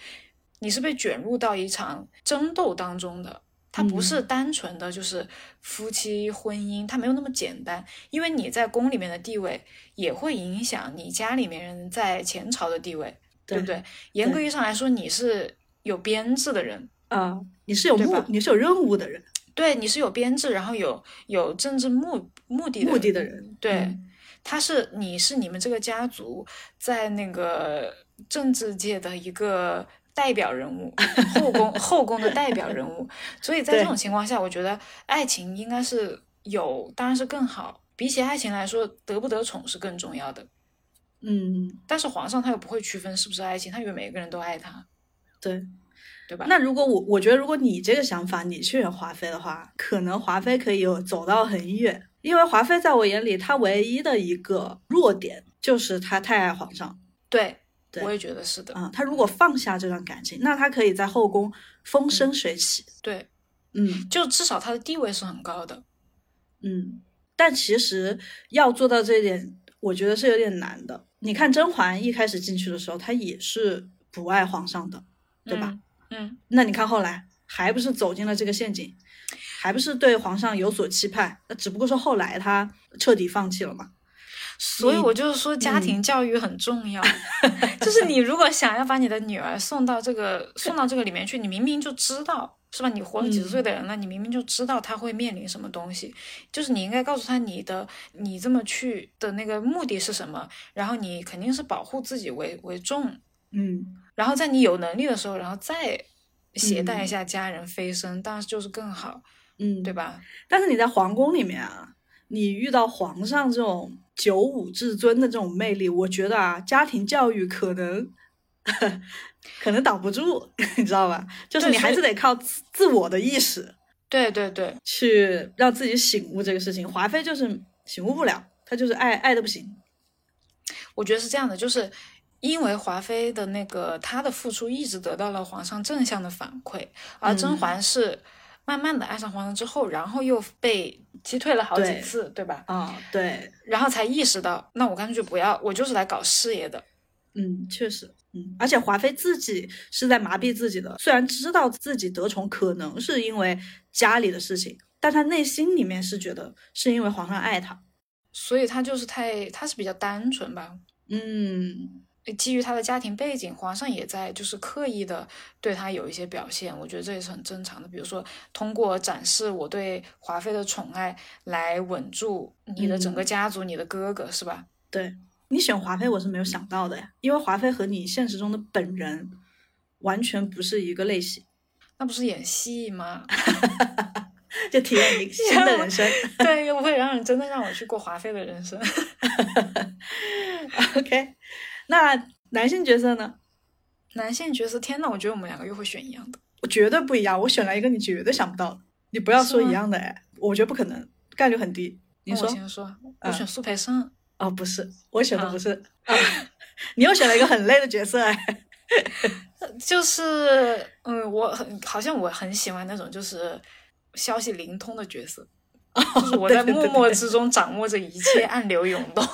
Speaker 1: 你是被卷入到一场争斗当中的。它不
Speaker 2: 嗯
Speaker 1: 是单纯的就是夫妻婚姻，它没有那么简单，因为你在宫里面的地位也会影响你家里面人在前朝的地位，对不？对？严格意义上来说，你是有编制的人，
Speaker 2: 啊、你是有
Speaker 1: 对
Speaker 2: 目
Speaker 1: 吧，
Speaker 2: 你是有任务的人，
Speaker 1: 对，你是有编制，然后有有政治目目的的
Speaker 2: 目的的人。
Speaker 1: 对，
Speaker 2: 嗯
Speaker 1: 他是你是你们这个家族在那个政治界的一个代表人物，后 宫后宫的代表人物，所以在这
Speaker 2: 对
Speaker 1: 种情况下，我觉得爱情应该是有，当然是更好。比起爱情来说，得不得宠是更重要的。
Speaker 2: 嗯，
Speaker 1: 但是皇上他又不会区分是不是爱情，他以为每个人都爱他，
Speaker 2: 对。
Speaker 1: 对吧？
Speaker 2: 那如果我我觉得，如果你这个想法，你去选华妃的话，可能华妃可以有走到很远，因为华妃在我眼里，她唯一的一个弱点就是她太爱皇上。
Speaker 1: 对，
Speaker 2: 对
Speaker 1: 我也觉得是的。
Speaker 2: 啊、她如果放下这段感情，那她可以在后宫风生水起。
Speaker 1: 对，
Speaker 2: 嗯，
Speaker 1: 就至少他的地位是很高的。
Speaker 2: 嗯，但其实要做到这一点，我觉得是有点难的。你看甄嬛一开始进去的时候，她也是不爱皇上的，对吧？
Speaker 1: 嗯？嗯，
Speaker 2: 那你看后来还不是走进了这个陷阱，还不是对皇上有所期盼？那只不过是后来她彻底放弃了嘛。
Speaker 1: 所以我就是说，家庭教育很重 要。就是你如果想要把你的女儿送到这个送到这个里面去，你明明就知道，是吧？你活了几十
Speaker 2: 嗯
Speaker 1: 岁的人了，你明明就知道她会面临什么东西，就是你应该告诉她你的你这么去的那个目的是什么，然后你肯定是保护自己为为重，
Speaker 2: 嗯，
Speaker 1: 然后在嗯你有能力的时候，然后再携带一下家人飞升，当然就是更好。
Speaker 2: 嗯，
Speaker 1: 对吧？
Speaker 2: 但是你在皇宫里面啊，你遇到皇上这种九五至尊的这种魅力，我觉得啊，家庭教育可能 可能挡不住， 你知道吧？就是
Speaker 1: 对
Speaker 2: 你还
Speaker 1: 是
Speaker 2: 是得靠自自我的意识
Speaker 1: 对对对，
Speaker 2: 去让自己醒悟这个事情。华妃就是醒悟不了，她就是爱爱的不行。
Speaker 1: 我觉得是这样的，就是因为华妃的那个她的付出一直得到了皇上正向的反馈，而甄嬛是慢慢的爱上皇上之后，然后又被击退了好几
Speaker 2: 对
Speaker 1: 次，对吧？
Speaker 2: 啊、对，
Speaker 1: 然后才意识到，那我干脆不要，我就是来搞事业的。
Speaker 2: 嗯，确实，嗯，而且华妃自己是在麻痹自己的，虽然知道自己得宠可能是因为家里的事情，但她内心里面是觉得是因为皇上爱她。
Speaker 1: 所以她就是太，她是比较单纯吧。
Speaker 2: 嗯，
Speaker 1: 呃基于她的家庭背景，皇上也在就是刻意的对她有一些表现，我觉得这也是很正常的。比如说，通过展示我对华妃的宠爱来稳住你的
Speaker 2: 嗯
Speaker 1: 整个家族，你的哥哥是吧？
Speaker 2: 你选华妃我是没有想到的呀，因为华妃和你现实中的本人完全不是一个类型，
Speaker 1: 那不是演戏吗？
Speaker 2: 就体验一个新的人生。
Speaker 1: 对，又不会让人真的让我去过华妃的人生。
Speaker 2: OK，那男性角色呢？
Speaker 1: 男性角色，天呐，我觉得我们两个又会选一样的。
Speaker 2: 我绝对不一样，我选了一个你绝对想不到的，你不要
Speaker 1: 是
Speaker 2: 说一
Speaker 1: 吗
Speaker 2: 样的哎，我觉得不可能，概率很低。你
Speaker 1: 那
Speaker 2: 说
Speaker 1: 我。先说，我
Speaker 2: 嗯
Speaker 1: 选苏培盛。
Speaker 2: 哦，不是，我选的
Speaker 1: 啊
Speaker 2: 不是，啊、你又选了一个很累的角色哎。
Speaker 1: 就是，嗯，我很好像我很喜欢那种就是消息灵通的角色， 就是我在
Speaker 2: 对对
Speaker 1: 默
Speaker 2: 对
Speaker 1: 默
Speaker 2: 对
Speaker 1: 之中掌握着一切暗流涌动。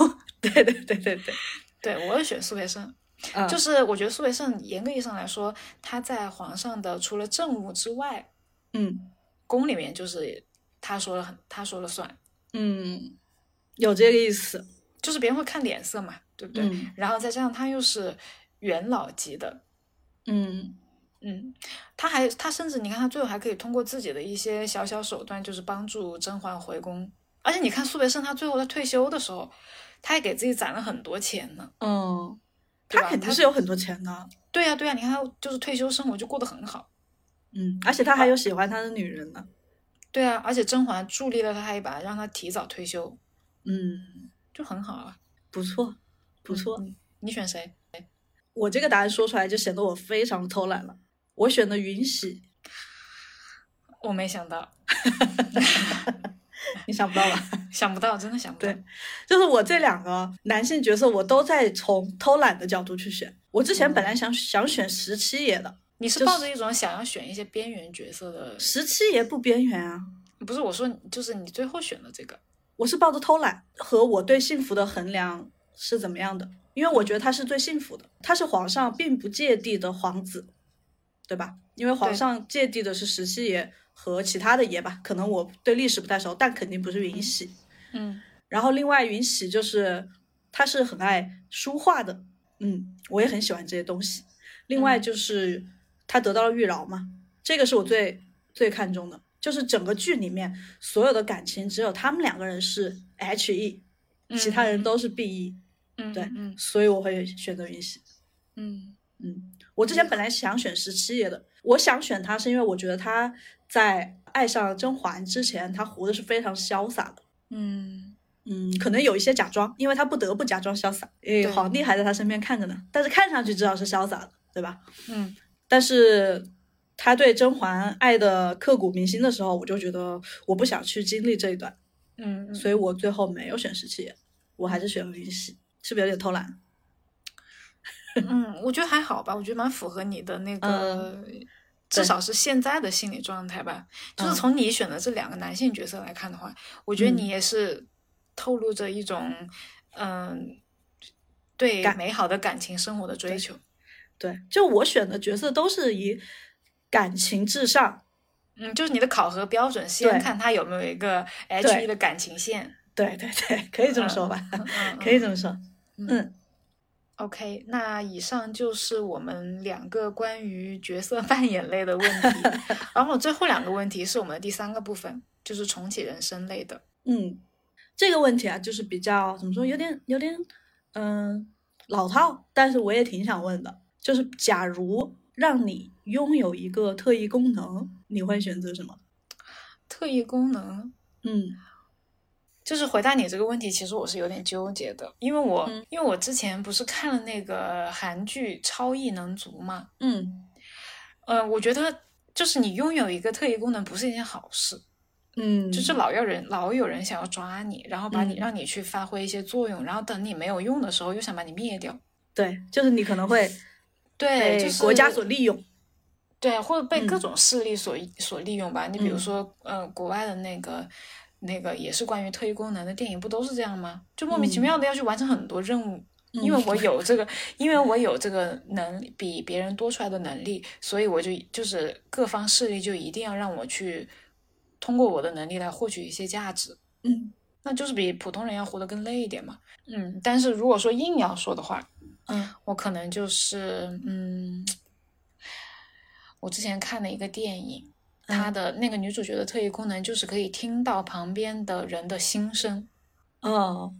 Speaker 2: 对对对对对，
Speaker 1: 对，我要选苏培盛，
Speaker 2: 啊
Speaker 1: 就，是我觉得苏培盛严格意义上来说，他在皇上的除了政务之外，
Speaker 2: 嗯
Speaker 1: 宫里面就是他说了很，他说了算，
Speaker 2: 嗯，有这个意思。
Speaker 1: 就是别人会看脸色嘛，对不对？
Speaker 2: 嗯
Speaker 1: 然后再加上他又是元老级的，
Speaker 2: 嗯
Speaker 1: 嗯，他还他甚至你看他最后还可以通过自己的一些小小手段，就是帮助甄嬛回宫。而且你看苏培盛，他最后他退休的时候，他也给自己攒了很多钱呢，
Speaker 2: 嗯，
Speaker 1: 对
Speaker 2: 他
Speaker 1: 吧？
Speaker 2: 肯定是有很多钱的。
Speaker 1: 对呀、对呀、你看他就是退休生活就过得很好，
Speaker 2: 嗯，而且他还有喜欢他的女人呢。
Speaker 1: 对啊，而且甄嬛助力了他一把，让他提早退休，
Speaker 2: 嗯，
Speaker 1: 就很好啊，
Speaker 2: 不错，不错。
Speaker 1: 嗯。你选谁？
Speaker 2: 我这个答案说出来就显得我非常偷懒了。我选的云喜，
Speaker 1: 我没想到，
Speaker 2: 你想不到吧？
Speaker 1: 想不到，真的想不到。
Speaker 2: 对 就是我这两个男性角色，我都在从偷懒的角度去选。我之前本来想想选十七爷的，
Speaker 1: 你是
Speaker 2: 就是
Speaker 1: 抱着一种想要选一些边缘角色的，
Speaker 2: 十七爷不边缘啊。
Speaker 1: 不是我说，就是你最后选的这个。
Speaker 2: 我是抱着偷懒和我对幸福的衡量是怎么样的，因为我觉得他是最幸福的，他是皇上并不芥蒂的皇子，对吧？因为皇
Speaker 1: 对
Speaker 2: 上芥蒂的是十七爷和其他的爷吧，可能我对历史不太熟，但肯定不是云喜。
Speaker 1: 嗯，
Speaker 2: 然后另外云喜就是他是很爱书画的，嗯，我也很喜欢这些东西。另外就是他得到了玉娆嘛，这个是我最最看重的，就是整个剧里面所有的感情只有他们两个人是 H E，其他人都是 B E，、
Speaker 1: 嗯，
Speaker 2: 对
Speaker 1: 嗯
Speaker 2: 所以我会选择云喜。
Speaker 1: 嗯。
Speaker 2: 嗯，我之前本来想选十七爷的，我想选他是因为我觉得他在爱上甄嬛之前，他活的是非常潇洒的。
Speaker 1: 嗯，
Speaker 2: 嗯，可能有一些假装，因为他不得不假装潇洒，诶，
Speaker 1: 对
Speaker 2: 皇帝还在他身边看着呢，但是看上去知道是潇洒的，对吧？
Speaker 1: 嗯，
Speaker 2: 但是他对甄嬛爱的刻骨铭心的时候，我就觉得我不想去经历这一段，
Speaker 1: 嗯，
Speaker 2: 所
Speaker 1: 以
Speaker 2: 以我最后没有选十七爷，我还是选了云溪，是不是有点偷懒？
Speaker 1: 嗯，我觉得还好吧，我觉得蛮符合你的那个，至
Speaker 2: 嗯对
Speaker 1: 少是现在的心理状态吧。就是
Speaker 2: 嗯
Speaker 1: 从你选的这两个男性角色来看的话，我觉得你
Speaker 2: 嗯
Speaker 1: 也是透露着一种，嗯，对
Speaker 2: 感
Speaker 1: 美好的感情生活的追
Speaker 2: 对
Speaker 1: 求。
Speaker 2: 对，就我选的角色都是以感情至上，
Speaker 1: 嗯，就是你的考核标准，先
Speaker 2: 对
Speaker 1: 看他有没有一个 H
Speaker 2: 对
Speaker 1: E 的感情线。
Speaker 2: 对对对，可以这么说吧，
Speaker 1: 嗯嗯
Speaker 2: 可以这么说，
Speaker 1: 嗯
Speaker 2: 嗯。
Speaker 1: OK，那以上就是我们两个关于角色扮演类的问题，然后最后两个问题是我们的第三个部分，就是重启人生类的。
Speaker 2: 嗯，这个问题啊，就是比较怎么说，有点有点嗯、老套，但是我也挺想问的，就是假如让你拥有一个特异功能，你会选择什么？
Speaker 1: 特异功能，
Speaker 2: 嗯
Speaker 1: 就是回答你这个问题，其实我是有点纠结的，因为我、
Speaker 2: 嗯
Speaker 1: 因为我之前不是看了那个韩剧《超异能族》嘛，
Speaker 2: 嗯
Speaker 1: 呃，我觉得就是你拥有一个特异功能不是一件好事，
Speaker 2: 嗯，
Speaker 1: 就是老有人老有人想要抓你，然后把你、
Speaker 2: 嗯
Speaker 1: 让你去发挥一些作用，然后等你没有用的时候又想把你灭掉，
Speaker 2: 对，就是你可能会
Speaker 1: 对，
Speaker 2: 被
Speaker 1: 就是
Speaker 2: 国家所利用。
Speaker 1: 对，或者被各
Speaker 2: 嗯
Speaker 1: 种势力所、所利用吧。你比如
Speaker 2: 嗯
Speaker 1: 说，呃，国外的那个那个也是关于特异功能的电影，不都是这样吗？就莫名其
Speaker 2: 嗯
Speaker 1: 妙的要去完成很多任务，因为
Speaker 2: 嗯
Speaker 1: 我有这个，因为我有这个能力，比别人多出来的能力，所以我就就是各方势力就一定要让我去通过我的能力来获取一些价值。
Speaker 2: 嗯
Speaker 1: 那就是比普通人要活得更累一点嘛。嗯，但是如果说硬要说的话，
Speaker 2: 嗯
Speaker 1: 我可能就是，嗯，我之前看了一个电影，
Speaker 2: 嗯
Speaker 1: 它的那个女主角的特异功能就是可以听到旁边的人的心声。
Speaker 2: 哦，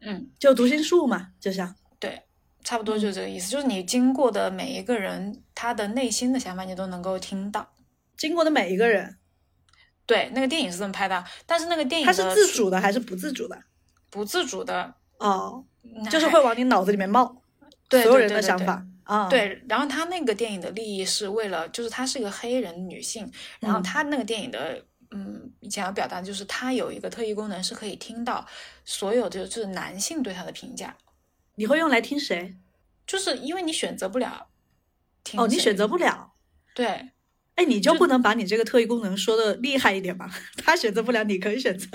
Speaker 1: 嗯，
Speaker 2: 就读心术嘛，就像
Speaker 1: 对，差不多就是
Speaker 2: 嗯
Speaker 1: 这个意思，就是你经过的每一个人，他的内心的想法你都能够听到。
Speaker 2: 经过的每一个人，
Speaker 1: 对，那个电影是这么拍的，但是那个电影
Speaker 2: 他是
Speaker 1: 的
Speaker 2: 自主的还是不自主的？
Speaker 1: 不自主哎的，
Speaker 2: 哦，
Speaker 1: 那
Speaker 2: 就是
Speaker 1: 还
Speaker 2: 会往你脑子里面冒
Speaker 1: 对
Speaker 2: 所有
Speaker 1: 对
Speaker 2: 人
Speaker 1: 对
Speaker 2: 的
Speaker 1: 对
Speaker 2: 想
Speaker 1: 对
Speaker 2: 法啊。，
Speaker 1: 对，然后他那个电影的利益是为了，就是她是一个黑人女性，然后
Speaker 2: 嗯
Speaker 1: 她那个电影的，嗯，想要表达的就是她有一个特异功能，是可以听到所有的就是男性对她的评价，
Speaker 2: 你会用来听谁？
Speaker 1: 就是因为你选择不了听
Speaker 2: 哦，你
Speaker 1: 谁
Speaker 2: 选择不了。
Speaker 1: 对，
Speaker 2: 哎，你就不能把你这个特异功能说的厉害一点吗？ 他选择不了，你可以选择。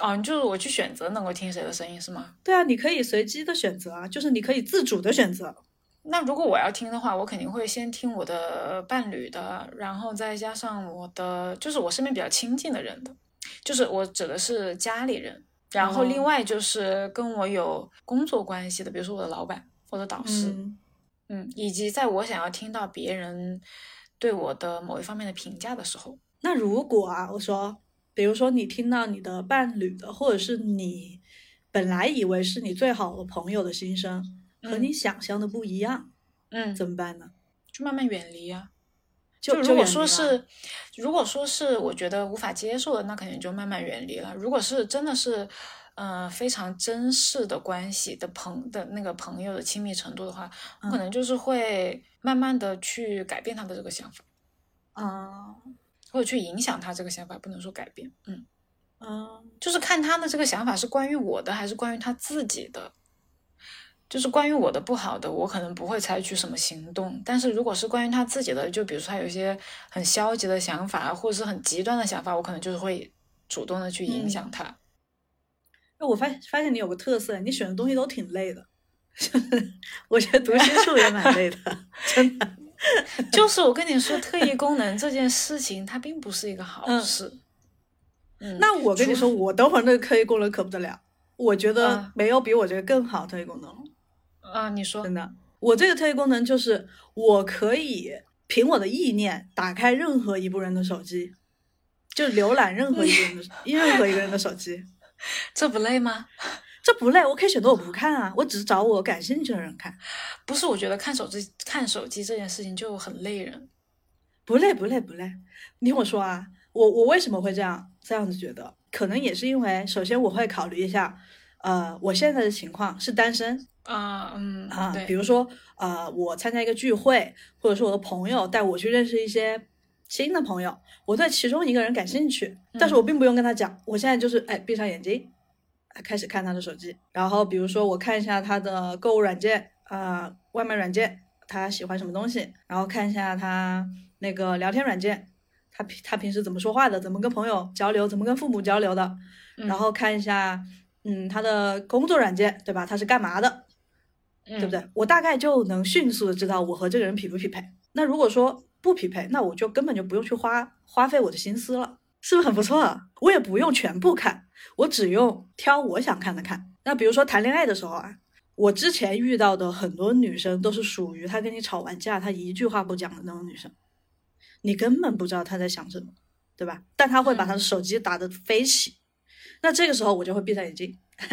Speaker 1: 哦，就是我去选择能够听谁的声音是吗？
Speaker 2: 对啊，你可以随机的选择啊，就是你可以自主的选择。
Speaker 1: 那如果我要听的话，我肯定会先听我的伴侣的，然后再加上我的，就是我身边比较亲近的人的，就是我指的是家里人，然后
Speaker 2: 哦
Speaker 1: 另外就是跟我有工作关系的，比如说我的老板、我的导师，
Speaker 2: 嗯
Speaker 1: 嗯，以及在我想要听到别人对我的某一方面的评价的时候，
Speaker 2: 那如果啊，我说，比如说你听到你的伴侣的，或者是你本来以为是你最好的朋友的心声，和
Speaker 1: 嗯
Speaker 2: 你想象的不一样，
Speaker 1: 嗯，
Speaker 2: 怎么办呢？
Speaker 1: 就慢慢远离啊。
Speaker 2: 就
Speaker 1: 如果
Speaker 2: 远离
Speaker 1: 说
Speaker 2: 了
Speaker 1: 是，如果说是我觉得无法接受的，那肯定就慢慢远离了。如果是真的是，呃，非常珍视的关系的朋的那个朋友的亲密程度的话，我可
Speaker 2: 嗯
Speaker 1: 能就是会慢慢的去改变他的这个想法，
Speaker 2: 啊，
Speaker 1: 或者去影响他这个想法，不能说改变，嗯，
Speaker 2: 嗯
Speaker 1: 就是看他的这个想法是关于我的还是关于他自己的。就是关于我的不好的，我可能不会采取什么行动。但是如果是关于他自己的，就比如说他有一些很消极的想法，或者是很极端的想法，我可能就是会主动的去
Speaker 2: 嗯
Speaker 1: 影响他。
Speaker 2: 哎，我发发现你有个特色，你选的东西都挺累的。 我觉得读心术也蛮累的，真的。
Speaker 1: 就是我跟你说，特异功能这件事情，它并不是一个好
Speaker 2: 嗯
Speaker 1: 事。嗯，
Speaker 2: 那我跟你
Speaker 1: 除
Speaker 2: 说，我等会儿那个特异功能可不得了，我觉得
Speaker 1: 嗯
Speaker 2: 没有比我这个更好的特异功能了，
Speaker 1: 啊、你说
Speaker 2: 真的。我这个特异功能就是我可以凭我的意念打开任何一部人的手机，就浏览任何一个 人的任何一个人的手机，
Speaker 1: 这不累吗？
Speaker 2: 这不累，我可以选择我不看啊，我只找我感兴趣的人看，
Speaker 1: 不是，我觉得看手机看手机这件事情就很累人。
Speaker 2: 不累不累不累。你听我说啊，我我为什么会这样这样子觉得？可能也是因为，首先我会考虑一下，呃，我现在的情况是单身，
Speaker 1: 啊、嗯，
Speaker 2: 啊，比
Speaker 1: 对，
Speaker 2: 如说啊、呃我参加一个聚会，或者是我的朋友带我去认识一些新的朋友，我对其中一个人感兴趣，
Speaker 1: 嗯
Speaker 2: 但是我并不用跟他讲，我现在就是哎闭上眼睛，啊开始看他的手机，然后比如说我看一下他的购物软件啊、外卖软件，他喜欢什么东西，然后看一下他那个聊天软件。他平他平时怎么说话的，怎么跟朋友交流，怎么跟父母交流的，
Speaker 1: 嗯
Speaker 2: 然后看一下，嗯，他的工作软件，对吧？他是干嘛的？
Speaker 1: 对
Speaker 2: 对不？对？我大概就能迅速的知道我和这个人匹不匹配。那如果说不匹配，那我就根本就不用去花花费我的心思了，是不是很不错？啊我也不用全部看，我只用挑我想看的看。那比如说谈恋爱的时候啊，我之前遇到的很多女生都是属于她跟你吵完架，她一句话不讲的那种女生，你根本不知道她在想什么，对吧？但她会把她的手机打得飞起。那这个时候我就会闭上眼睛，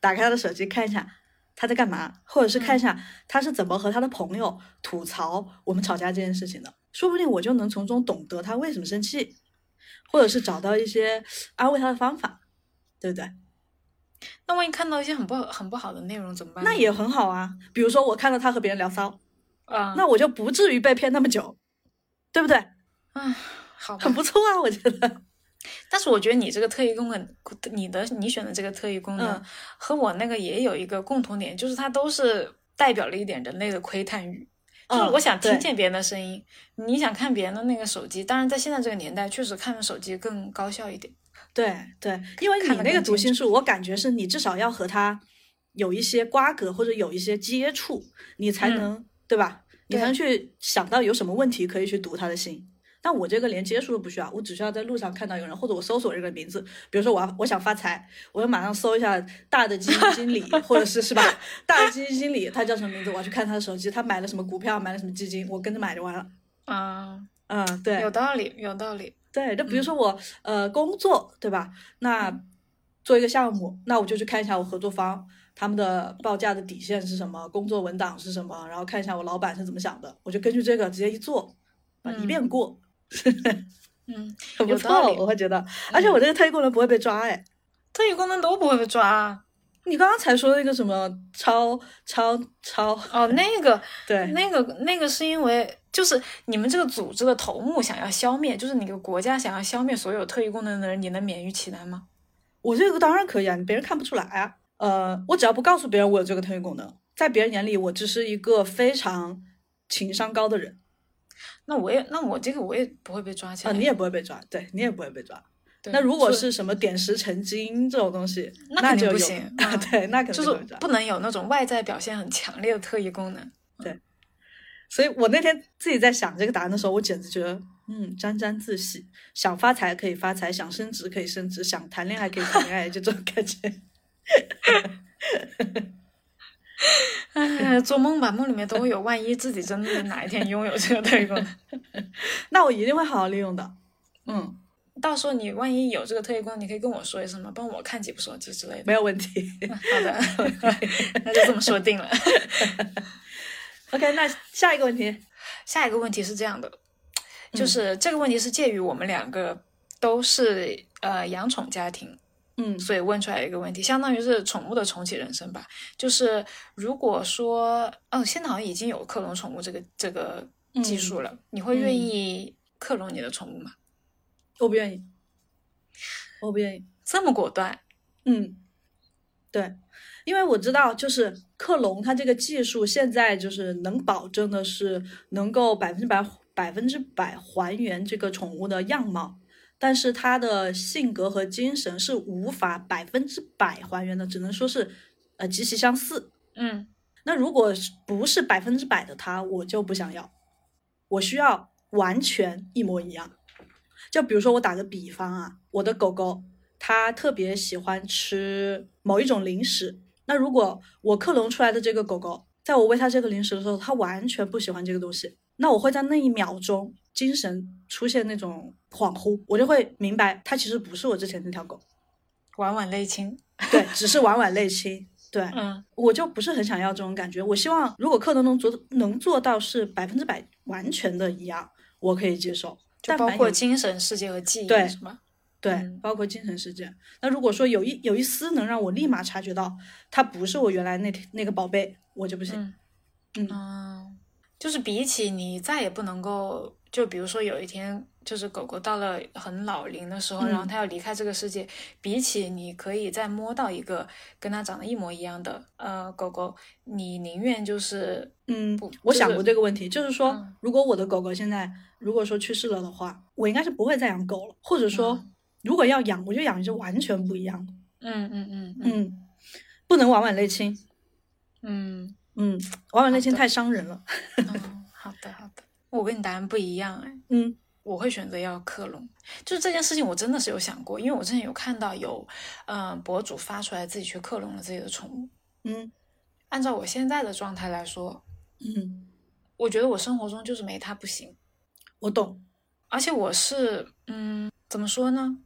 Speaker 2: 打开她的手机看一下她在干嘛，或者是看一下她是怎么和她的朋友吐槽我们吵架这件事情的。说不定我就能从中懂得她为什么生气，或者是找到一些安慰他的方法，对不对？
Speaker 1: 那万一看到一些很不好、很不好的内容怎么办呢？
Speaker 2: 那也很好啊。比如说我看到他和别人聊骚，
Speaker 1: 啊，
Speaker 2: 那我就不至于被骗那么久，对不对？
Speaker 1: 啊，好吧
Speaker 2: 很。不错啊，我觉得。
Speaker 1: 但是我觉得你这个特异功能，你的你选的这个特异功能、
Speaker 2: 嗯
Speaker 1: 和我那个也有一个共同点，就是它都是代表了一点人类的窥探欲。就
Speaker 2: 嗯
Speaker 1: 是我想听
Speaker 2: 对
Speaker 1: 见别人的声音，你想看别人的那个手机。当然，在现在这个年代，确实看手机更高效一点。
Speaker 2: 对对，因为
Speaker 1: 看
Speaker 2: 你
Speaker 1: 得
Speaker 2: 那个
Speaker 1: 更
Speaker 2: 读
Speaker 1: 清
Speaker 2: 心术，我感觉是你至少要和他有一些瓜葛或者有一些接触，你才
Speaker 1: 嗯
Speaker 2: 能、对吧？你才
Speaker 1: 对
Speaker 2: 能去想到有什么问题可以去读他的心。但我这个连接触都不需要，我只需要在路上看到有人，或者我搜索这个名字，比如说我要我想发财，我就马上搜一下大的基金经理， 或者是是吧？大的基金经理他叫什么名字？我要去看他的手机，他买了什么股票，买了什么基金，我跟着买就完了。
Speaker 1: 嗯，
Speaker 2: 嗯，对，
Speaker 1: 有嗯道理，有道理。
Speaker 2: 对，那比如说我、呃工作对吧？那
Speaker 1: 嗯
Speaker 2: 做一个项目，那我就去看一下我合作方他们的报价的底线是什么，工作文档是什么，然后看一下我老板是怎么想的，我就根据这个直接一做，啊一
Speaker 1: 嗯
Speaker 2: 遍过，
Speaker 1: 嗯，
Speaker 2: 很不
Speaker 1: 有道
Speaker 2: 错，
Speaker 1: 理嗯
Speaker 2: 我会觉得。而且我这个特异功能不会被抓哎。
Speaker 1: 特异功能都不会被抓啊。
Speaker 2: 你刚刚才说那个什么超超超，
Speaker 1: 哦，那个
Speaker 2: 对，
Speaker 1: 那个那个是因为就是你们这个组织的头目想要消灭，就是你个国家想要消灭所有特异功能的人，你能免于其难吗？
Speaker 2: 我这个当然可以啊，别人看不出来啊。呃，我只要不告诉别人我有这个特异功能，在别人眼里我只是一个非常情商高的人。
Speaker 1: 那我也，那我这个我也不会被抓起
Speaker 2: 啊，
Speaker 1: 来。
Speaker 2: 你也不会被抓，对你也不会被抓。
Speaker 1: 对
Speaker 2: 那如果
Speaker 1: 所以
Speaker 2: 是什么点石成金这种东西，
Speaker 1: 那
Speaker 2: 那
Speaker 1: 肯定
Speaker 2: 就
Speaker 1: 不
Speaker 2: 有
Speaker 1: 行
Speaker 2: 啊
Speaker 1: 嗯
Speaker 2: 对，那肯定
Speaker 1: 就
Speaker 2: 会被
Speaker 1: 是
Speaker 2: 抓。
Speaker 1: 不能有那种外在表现很强烈的特异功能。
Speaker 2: 所以我那天自己在想这个答案的时候，我简直觉得，嗯，沾沾自喜。想发财可以发财，想升职可以升职，想谈恋爱可以谈恋爱，就这种感觉。
Speaker 1: 哎， 做梦吧，梦里面都会有。万一自己真的哪一天拥有这个特异功 能，
Speaker 2: 那我一定会好好利用的。嗯，
Speaker 1: 到时候你万一有这个特异功能，你可以跟我说一声嘛，帮我看几部手机之 类的。
Speaker 2: 没有问题。
Speaker 1: 好的， 那就这么说定了。
Speaker 2: OK，那下一个问题，
Speaker 1: 下一个问题是这样的，
Speaker 2: 嗯
Speaker 1: 就是这个问题是介于我们两个都是呃养宠家庭，
Speaker 2: 嗯
Speaker 1: 所以问出来一个问题，相当于是宠物的重启人生吧。就是如果说，哦，现在好像已经有克隆宠物这个这个
Speaker 2: 嗯
Speaker 1: 技术了，你会愿意克隆你的宠物吗？
Speaker 2: 我不愿意，我不愿意。
Speaker 1: 这么果断？
Speaker 2: 嗯，对，因为我知道，就是克隆它这个技术现在就是能保证的是能够百分之百百分之百还原这个宠物的样貌，但是它的性格和精神是无法百分之百还原的，只能说是呃极其相似。
Speaker 1: 嗯
Speaker 2: 那如果是不是百分之百的它，我就不想要，我需要完全一模一样。就比如说，我打个比方啊，我的狗狗它特别喜欢吃某一种零食，那如果我克隆出来的这个狗狗，在我喂它这个零食的时候，它完全不喜欢这个东西，那我会在那一秒钟精神出现那种恍惚，我就会明白它其实不是我之前那条狗，
Speaker 1: 晚晚泪亲。
Speaker 2: 对，只是晚晚泪亲，对，
Speaker 1: 嗯
Speaker 2: 我就不是很想要这种感觉。我希望如果克隆能做能做到是百分之百完全的一样，我可以接受。
Speaker 1: 就
Speaker 2: 但
Speaker 1: 包
Speaker 2: 凡
Speaker 1: 括
Speaker 2: 有
Speaker 1: 精神世界和记忆，
Speaker 2: 对
Speaker 1: 是吗？
Speaker 2: 对，
Speaker 1: 嗯
Speaker 2: 包括精神世界。那如果说有一有一丝能让我立马察觉到它不是我原来那那个宝贝，我就不行。
Speaker 1: 嗯
Speaker 2: 嗯
Speaker 1: 嗯，就是比起你再也不能够，就比如说有一天，就是狗狗到了很老龄的时候，
Speaker 2: 嗯
Speaker 1: 然后它要离开这个世界，比起你可以再摸到一个跟它长得一模一样的呃狗狗，你宁愿就是
Speaker 2: 嗯
Speaker 1: 不，就
Speaker 2: 我
Speaker 1: 是
Speaker 2: 想过这个问题，就是说，
Speaker 1: 嗯
Speaker 2: 如果我的狗狗现在如果说去世了的话，我应该是不会再养狗了，或者说，
Speaker 1: 嗯
Speaker 2: 如果要养，我就养一只完全不一样的。
Speaker 1: 嗯嗯嗯嗯
Speaker 2: 嗯，不能晚晚泪亲。
Speaker 1: 嗯
Speaker 2: 嗯，晚晚泪亲
Speaker 1: 好的
Speaker 2: 太伤人了。
Speaker 1: 嗯，好的好的，我跟你答案不一样哎。
Speaker 2: 嗯。
Speaker 1: 我会选择要克隆，就是这件事情，我真的是有想过，因为我之前有看到有，嗯、博主发出来自己去克隆了自己的宠物。
Speaker 2: 嗯
Speaker 1: 按照我现在的状态来说，
Speaker 2: 嗯，
Speaker 1: 我觉得我生活中就是没它不行，
Speaker 2: 我懂。
Speaker 1: 而且我是，嗯，怎么说呢？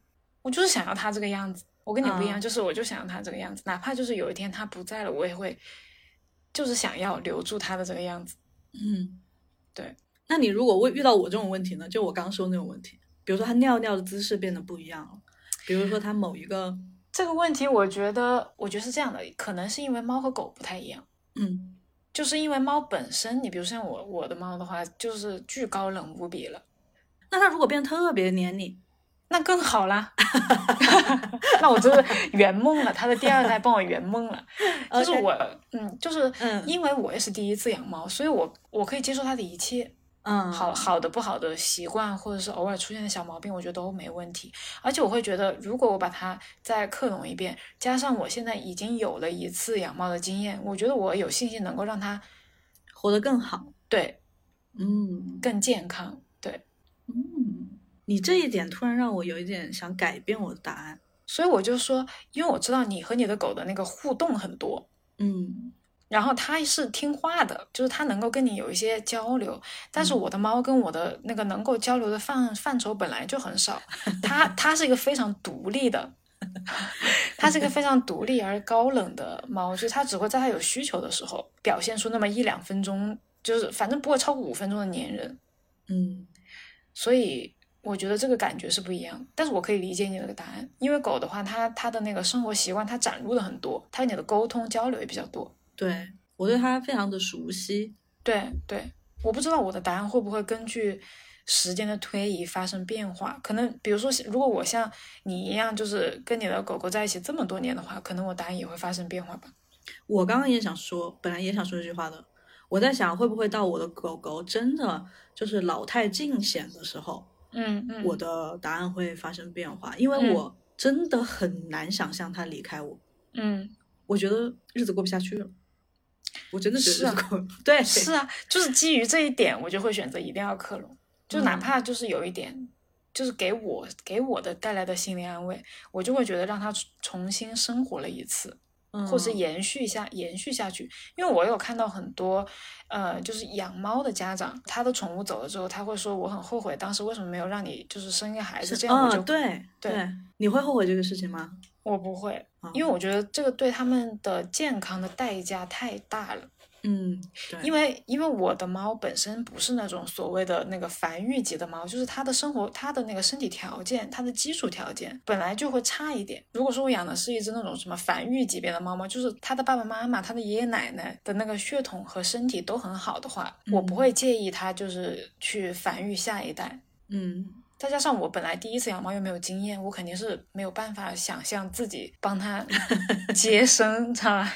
Speaker 1: 我就是想要它这个样子。我跟你不一样，
Speaker 2: 啊
Speaker 1: 就是我就想要它这个样子，哪怕就是有一天它不在了，我也会，就是想要留住它的这个样子。
Speaker 2: 嗯，
Speaker 1: 对。
Speaker 2: 那你如果会遇到我这种问题呢？就我刚刚说的那种问题，比如说他尿尿的姿势变得不一样了，比如说他某一个，
Speaker 1: 这个问题，我觉得，我觉得是这样的，可能是因为猫和狗不太一样，
Speaker 2: 嗯
Speaker 1: 就是因为猫本身，你比如像我我的猫的话，就是巨高冷无比了，
Speaker 2: 那他如果变得特别黏你，
Speaker 1: 那更好啦， 那我真的圆梦了，它的第二胎帮我圆梦了，就是我嗯，就是
Speaker 2: 嗯
Speaker 1: 因为我也是第一次养猫，所以我我可以接受它的一切，
Speaker 2: 嗯
Speaker 1: 好好的不好的习惯，或者是偶尔出现的小毛病，我觉得都没问题。而且我会觉得，如果我把它再克隆一遍，加上我现在已经有了一次养猫的经验，我觉得我有信心能够让它
Speaker 2: 活得更好，
Speaker 1: 对
Speaker 2: 嗯
Speaker 1: 更健康。对，
Speaker 2: 嗯，你这一点突然让我有一点想改变我的答案，
Speaker 1: 所以我就说，因为我知道你和你的狗的那个互动很多，
Speaker 2: 嗯
Speaker 1: 然后它是听话的，就是它能够跟你有一些交流。但是
Speaker 2: 嗯
Speaker 1: 我的猫跟我的那个能够交流的范范畴本来就很少，它它是一个非常独立的，它是一个非常独立而高冷的猫，就是它只会在它有需求的时候表现出那么一两分钟，就是反正不会超过五分钟的粘人。
Speaker 2: 嗯
Speaker 1: 所以我觉得这个感觉是不一样的。但是我可以理解你那个答案，因为狗的话，它它的那个生活习惯它展露的很多，它跟你的沟通交流也比较多。
Speaker 2: 对我对他非常的熟悉，
Speaker 1: 对对，我不知道我的答案会不会根据时间的推移发生变化。可能比如说，如果我像你一样，就是跟你的狗狗在一起这么多年的话，可能我答案也会发生变化吧。
Speaker 2: 我刚刚也想说，本来也想说这句话的。我在想，会不会到我的狗狗真的就是老态尽显的时候，
Speaker 1: 嗯嗯，
Speaker 2: 我的答案会发生变化？因为
Speaker 1: 嗯
Speaker 2: 我真的很难想象它离开我，
Speaker 1: 嗯
Speaker 2: 我觉得日子过不下去了。我真的觉
Speaker 1: 是
Speaker 2: 得
Speaker 1: 啊
Speaker 2: 日子过对
Speaker 1: 是啊，就是基于这一点，我就会选择一定要克隆，就哪
Speaker 2: 嗯
Speaker 1: 怕就是有一点。就是给我给我的带来的心理安慰，我就会觉得让它重新生活了一次，
Speaker 2: 嗯
Speaker 1: 或是延续一下延续下去。因为我有看到很多，呃，就是养猫的家长，他的宠物走了之后，他会说我很后悔当时为什么没有让你就是生一个孩子，这样我就、
Speaker 2: 嗯对
Speaker 1: 对
Speaker 2: 你会后悔这个事情吗？
Speaker 1: 我不会
Speaker 2: 啊，
Speaker 1: 因为我觉得这个对他们的健康的代价太大了。
Speaker 2: 嗯，对，
Speaker 1: 因
Speaker 2: 为
Speaker 1: 为因为我的猫本身不是那种所谓的那个繁育级的猫，就是它的生活、它的那个身体条件、它的基础条件本来就会差一点。如果说我养的是一只那种什么繁育级别的猫猫，就是它的爸爸妈妈、它的爷爷奶奶的那个血统和身体都很好的话，我不
Speaker 2: 嗯
Speaker 1: 会介意它就是去繁育下一代。
Speaker 2: 嗯
Speaker 1: 再加上我本来第一次养猫又没有经验，我肯定是没有办法想象自己帮它接生，知道吧？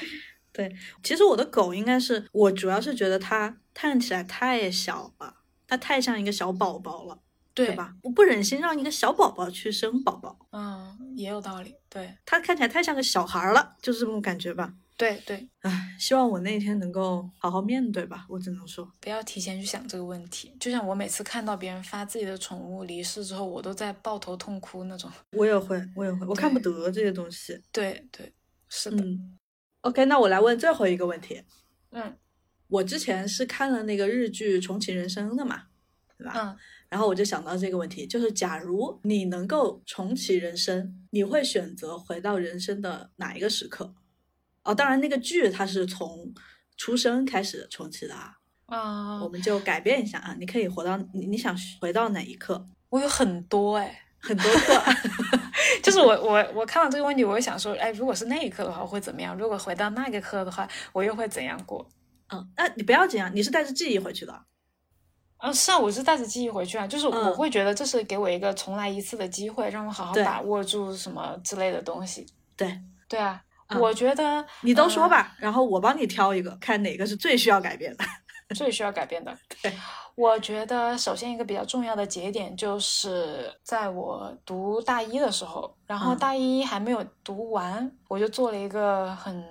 Speaker 2: 对，其实我的狗应该是我主要是觉得它看起来太小了，它太像一个小宝宝了。对
Speaker 1: 对？
Speaker 2: 吧？我不忍心让一个小宝宝去生宝宝，
Speaker 1: 嗯，也有道理。对
Speaker 2: 他看起来太像个小孩儿了，就是这种感觉吧。
Speaker 1: 对对，
Speaker 2: 唉，希望我那一天能够好好面对吧，我只能说，
Speaker 1: 不要提前去想这个问题。就像我每次看到别人发自己的宠物离世之后，我都在抱头痛哭那种。
Speaker 2: 我也会，我也会，我看不得这些东西。
Speaker 1: 对对，是的，
Speaker 2: 嗯，OK，那我来问最后一个问题。
Speaker 1: 嗯
Speaker 2: 我之前是看了那个日剧《重启人生》的嘛，对吧？
Speaker 1: 嗯
Speaker 2: 然后我就想到这个问题，就是假如你能够重启人生，你会选择回到人生的哪一个时刻？哦，当然那个剧它是从出生开始重启的啊，
Speaker 1: 啊、
Speaker 2: 我们就改变一下啊，你可以活到你你想回到哪一刻？
Speaker 1: 我有很多 哎、
Speaker 2: 很多刻，
Speaker 1: 就是我我我看到这个问题，我会想说，哎，如果是那一刻的话，我会怎么样？如果回到那个刻的话，我又会怎样过？
Speaker 2: 嗯，那你不要紧啊，你是带着记忆回去的，
Speaker 1: 啊，是啊，我是带着记忆回去啊，就是我
Speaker 2: 嗯
Speaker 1: 会觉得这是给我一个重来一次的机会，让我好好
Speaker 2: 对
Speaker 1: 把握住什么之类的东西。
Speaker 2: 对
Speaker 1: 对啊，
Speaker 2: 嗯
Speaker 1: 我觉得
Speaker 2: 你都说
Speaker 1: 嗯
Speaker 2: 吧，然后我帮你挑一个，看哪个是最需要 改变的。
Speaker 1: 最需要改变的。
Speaker 2: 对，
Speaker 1: 我觉得首先一个比较重要的节点就是在我读大一的时候，然后
Speaker 2: 嗯
Speaker 1: 大一还没有读完，我就做了一个很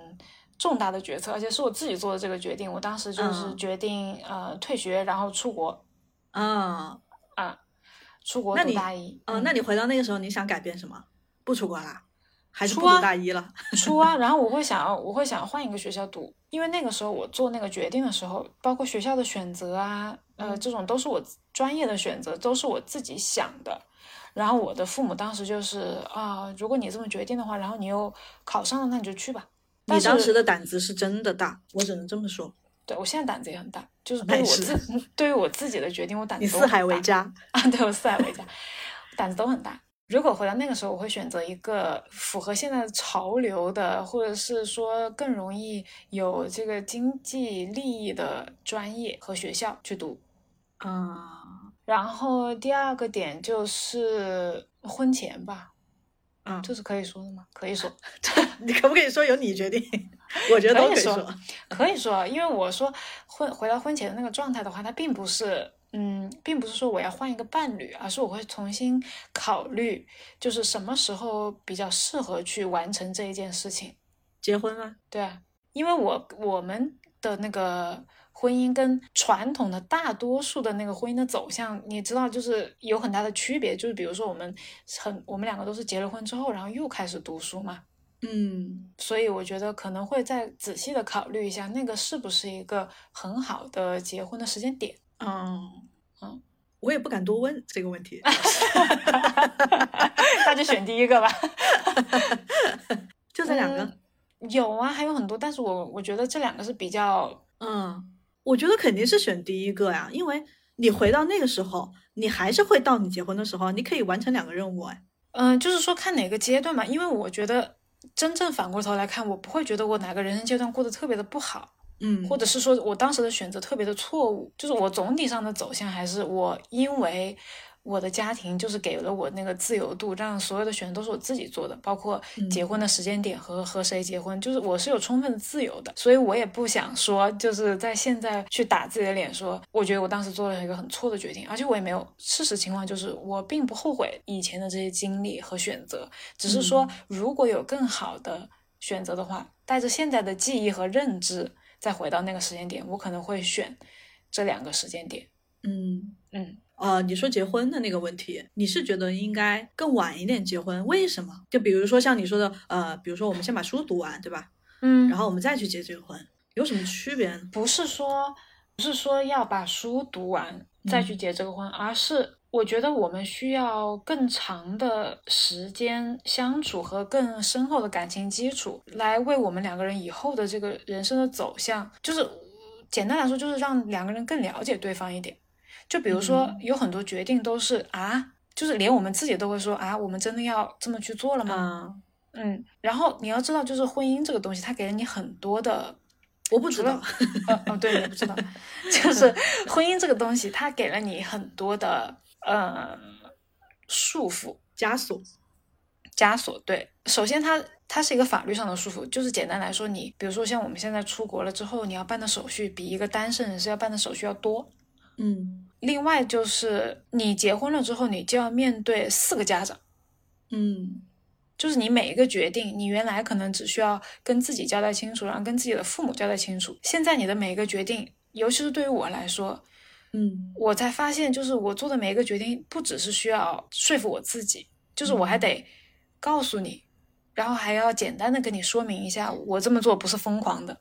Speaker 1: 重大的决策，而且是我自己做的这个决定。我当时就是
Speaker 2: 嗯
Speaker 1: 决定、呃退学，然后出国
Speaker 2: 啊、
Speaker 1: 啊，出国
Speaker 2: 那
Speaker 1: 读
Speaker 2: 你
Speaker 1: 大一。
Speaker 2: 嗯，
Speaker 1: 嗯
Speaker 2: 那你回到那个时候，你想改变什么？不出国啦，还是不
Speaker 1: 出啊
Speaker 2: 读大一了？
Speaker 1: 出啊，然后我会想要，我会想要换一个学校读，因为那个时候我做那个决定的时候，包括学校的选择啊，呃，
Speaker 2: 嗯
Speaker 1: 这种都是我自专业的选择，都是我自己想的。然后我的父母当时就是啊、如果你这么决定的话，然后你又考上了，那你就去吧。 但
Speaker 2: 你
Speaker 1: 是
Speaker 2: 当时的胆子是真的大，我只能这么说。
Speaker 1: 对我现在胆子也很大，就是
Speaker 2: 那
Speaker 1: 对于
Speaker 2: 也
Speaker 1: 我
Speaker 2: 是
Speaker 1: 自对于我自己的决定，我胆子
Speaker 2: 你
Speaker 1: 都
Speaker 2: 四
Speaker 1: 很
Speaker 2: 海为
Speaker 1: 大
Speaker 2: 家，
Speaker 1: 啊，对我四海为家。胆子都很大。如果回到那个时候，我会选择一个符合现在潮流的，或者是说更容易有这个经济利益的专业和学校去读。
Speaker 2: 啊
Speaker 1: 然后第二个点就是婚前吧，
Speaker 2: 啊，
Speaker 1: 这是可以说的吗？可以说，
Speaker 2: 你可不可以说由你决定？我觉得都
Speaker 1: 可以
Speaker 2: 说。
Speaker 1: 说可以说，啊因为我说婚回到婚前的那个状态的话，它并不是，嗯，并不是说我要换一个伴侣，而是我会重新考虑，就是什么时候比较适合去完成这一件事情。
Speaker 2: 结婚吗？
Speaker 1: 对啊，因为我我们的那个婚姻跟传统的大多数的那个婚姻的走向，你知道，就是有很大的区别。就是比如说，我们很我们两个都是结了婚之后，然后又开始读书嘛，
Speaker 2: 嗯
Speaker 1: 所以我觉得可能会再仔细的考虑一下，那个是不是一个很好的结婚的时间点。
Speaker 2: 哦
Speaker 1: 嗯，
Speaker 2: 我也不敢多问这个问题。
Speaker 1: 啊那就选第一个吧。
Speaker 2: 就这两个，
Speaker 1: 嗯有啊，还有很多，但是我我觉得这两个是比较
Speaker 2: 嗯，我觉得肯定是选第一个呀，因为你回到那个时候，你还是会到你结婚的时候，你可以完成两个任务哎。
Speaker 1: 嗯，就是说看哪个阶段嘛，因为我觉得真正反过头来看，我不会觉得我哪个人生阶段过得特别的不好，
Speaker 2: 嗯
Speaker 1: 或者是说我当时的选择特别的错误，就是我总体上的走向还是我因为。我的家庭就是给了我那个自由度，让所有的选择都是我自己做的，包括
Speaker 2: 嗯
Speaker 1: 结婚的时间点和和谁结婚，就是我是有充分的自由的，所以我也不想说就是在现在去打自己的脸说，我觉得我当时做了一个很错的决定，而且我也没有。事实情况就是我并不后悔以前的这些经历和选择，只是说如果有更好的选择的话，带着现在的记忆和认知再回到那个时间点，我可能会选这两个时间点。
Speaker 2: 嗯。
Speaker 1: 嗯，
Speaker 2: 呃，你说结婚的那个问题，你是觉得应该更晚一点结婚？为什么？就比如说像你说的，呃，比如说我们先把书读完，对吧？
Speaker 1: 嗯
Speaker 2: 然后我们再去结这个婚，有什么区别呢？
Speaker 1: 不是说不是说要把书读完再去结这个婚，而是我觉得我们需要更长的时间相处和更深厚的感情基础，来为我们两个人以后的这个人生的走向，就是简单来说，就是让两个人更了解对方一点。就比如说
Speaker 2: 嗯，
Speaker 1: 有很多决定都是啊，就是连我们自己都会说啊，我们真的要这么去做了吗？
Speaker 2: 啊，
Speaker 1: 嗯，然后你要知道，就是婚姻这个东西，它给了你很多的
Speaker 2: 我不知道。
Speaker 1: 呃 哦，对，你不知道，就是婚姻这个东西，它给了你很多的呃束缚
Speaker 2: 枷锁，
Speaker 1: 枷锁。对，首先它它是一个法律上的束缚，就是简单来说你，比如说像我们现在出国了之后，你要办的手续比一个单身人士要办的手续要多。
Speaker 2: 嗯
Speaker 1: 另外就是你结婚了之后，你就要面对四个家长。
Speaker 2: 嗯
Speaker 1: 就是你每一个决定，你原来可能只需要跟自己交代清楚，然后跟自己的父母交代清楚。现在你的每一个决定，尤其是对于我来说，
Speaker 2: 嗯
Speaker 1: 我才发现，就是我做的每一个决定，不只是需要说服我自己，就是
Speaker 2: 嗯
Speaker 1: 我还得告诉你，然后还要简单的跟你说明一下，我这么做不是疯狂的。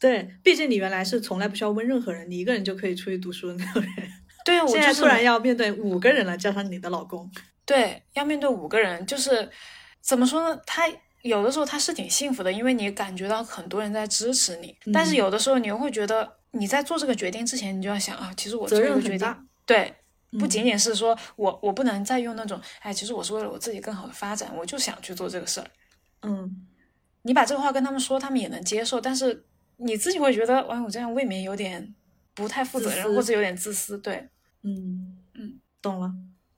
Speaker 2: 对，毕竟你原来是从来不需要问任何人，你一个人就可以出去读书的那种人，
Speaker 1: 对，我
Speaker 2: 现
Speaker 1: 就
Speaker 2: 在
Speaker 1: 是
Speaker 2: 突然要面对五个人了，加上你的老公。
Speaker 1: 对要面对五个人，就是怎么说呢？他有的时候他是挺幸福的，因为你感觉到很多人在支持你，但是
Speaker 2: 嗯
Speaker 1: 有的时候你又会觉得你在做这个决定之前，你就要想啊，其实我
Speaker 2: 责
Speaker 1: 做这
Speaker 2: 任
Speaker 1: 个
Speaker 2: 很
Speaker 1: 决
Speaker 2: 大
Speaker 1: 定，对，不
Speaker 2: 嗯
Speaker 1: 仅仅是说我我不能再用那种，哎，其实我是为了我自己更好的发展，我就想去做这个事儿。
Speaker 2: 嗯，
Speaker 1: 你把这个话跟他们说，他们也能接受，但是你自己会觉得，哎，我这样未免有点不太负责
Speaker 2: 自
Speaker 1: 任，
Speaker 2: 私
Speaker 1: 或者有点自私，对，
Speaker 2: 嗯
Speaker 1: 嗯，
Speaker 2: 懂了。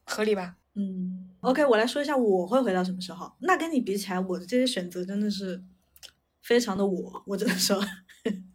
Speaker 1: 合理吧？
Speaker 2: 嗯，OK，我来说一下我会回到什么时候。那跟你比起来，我的这些选择真的是非常的我，我只能说，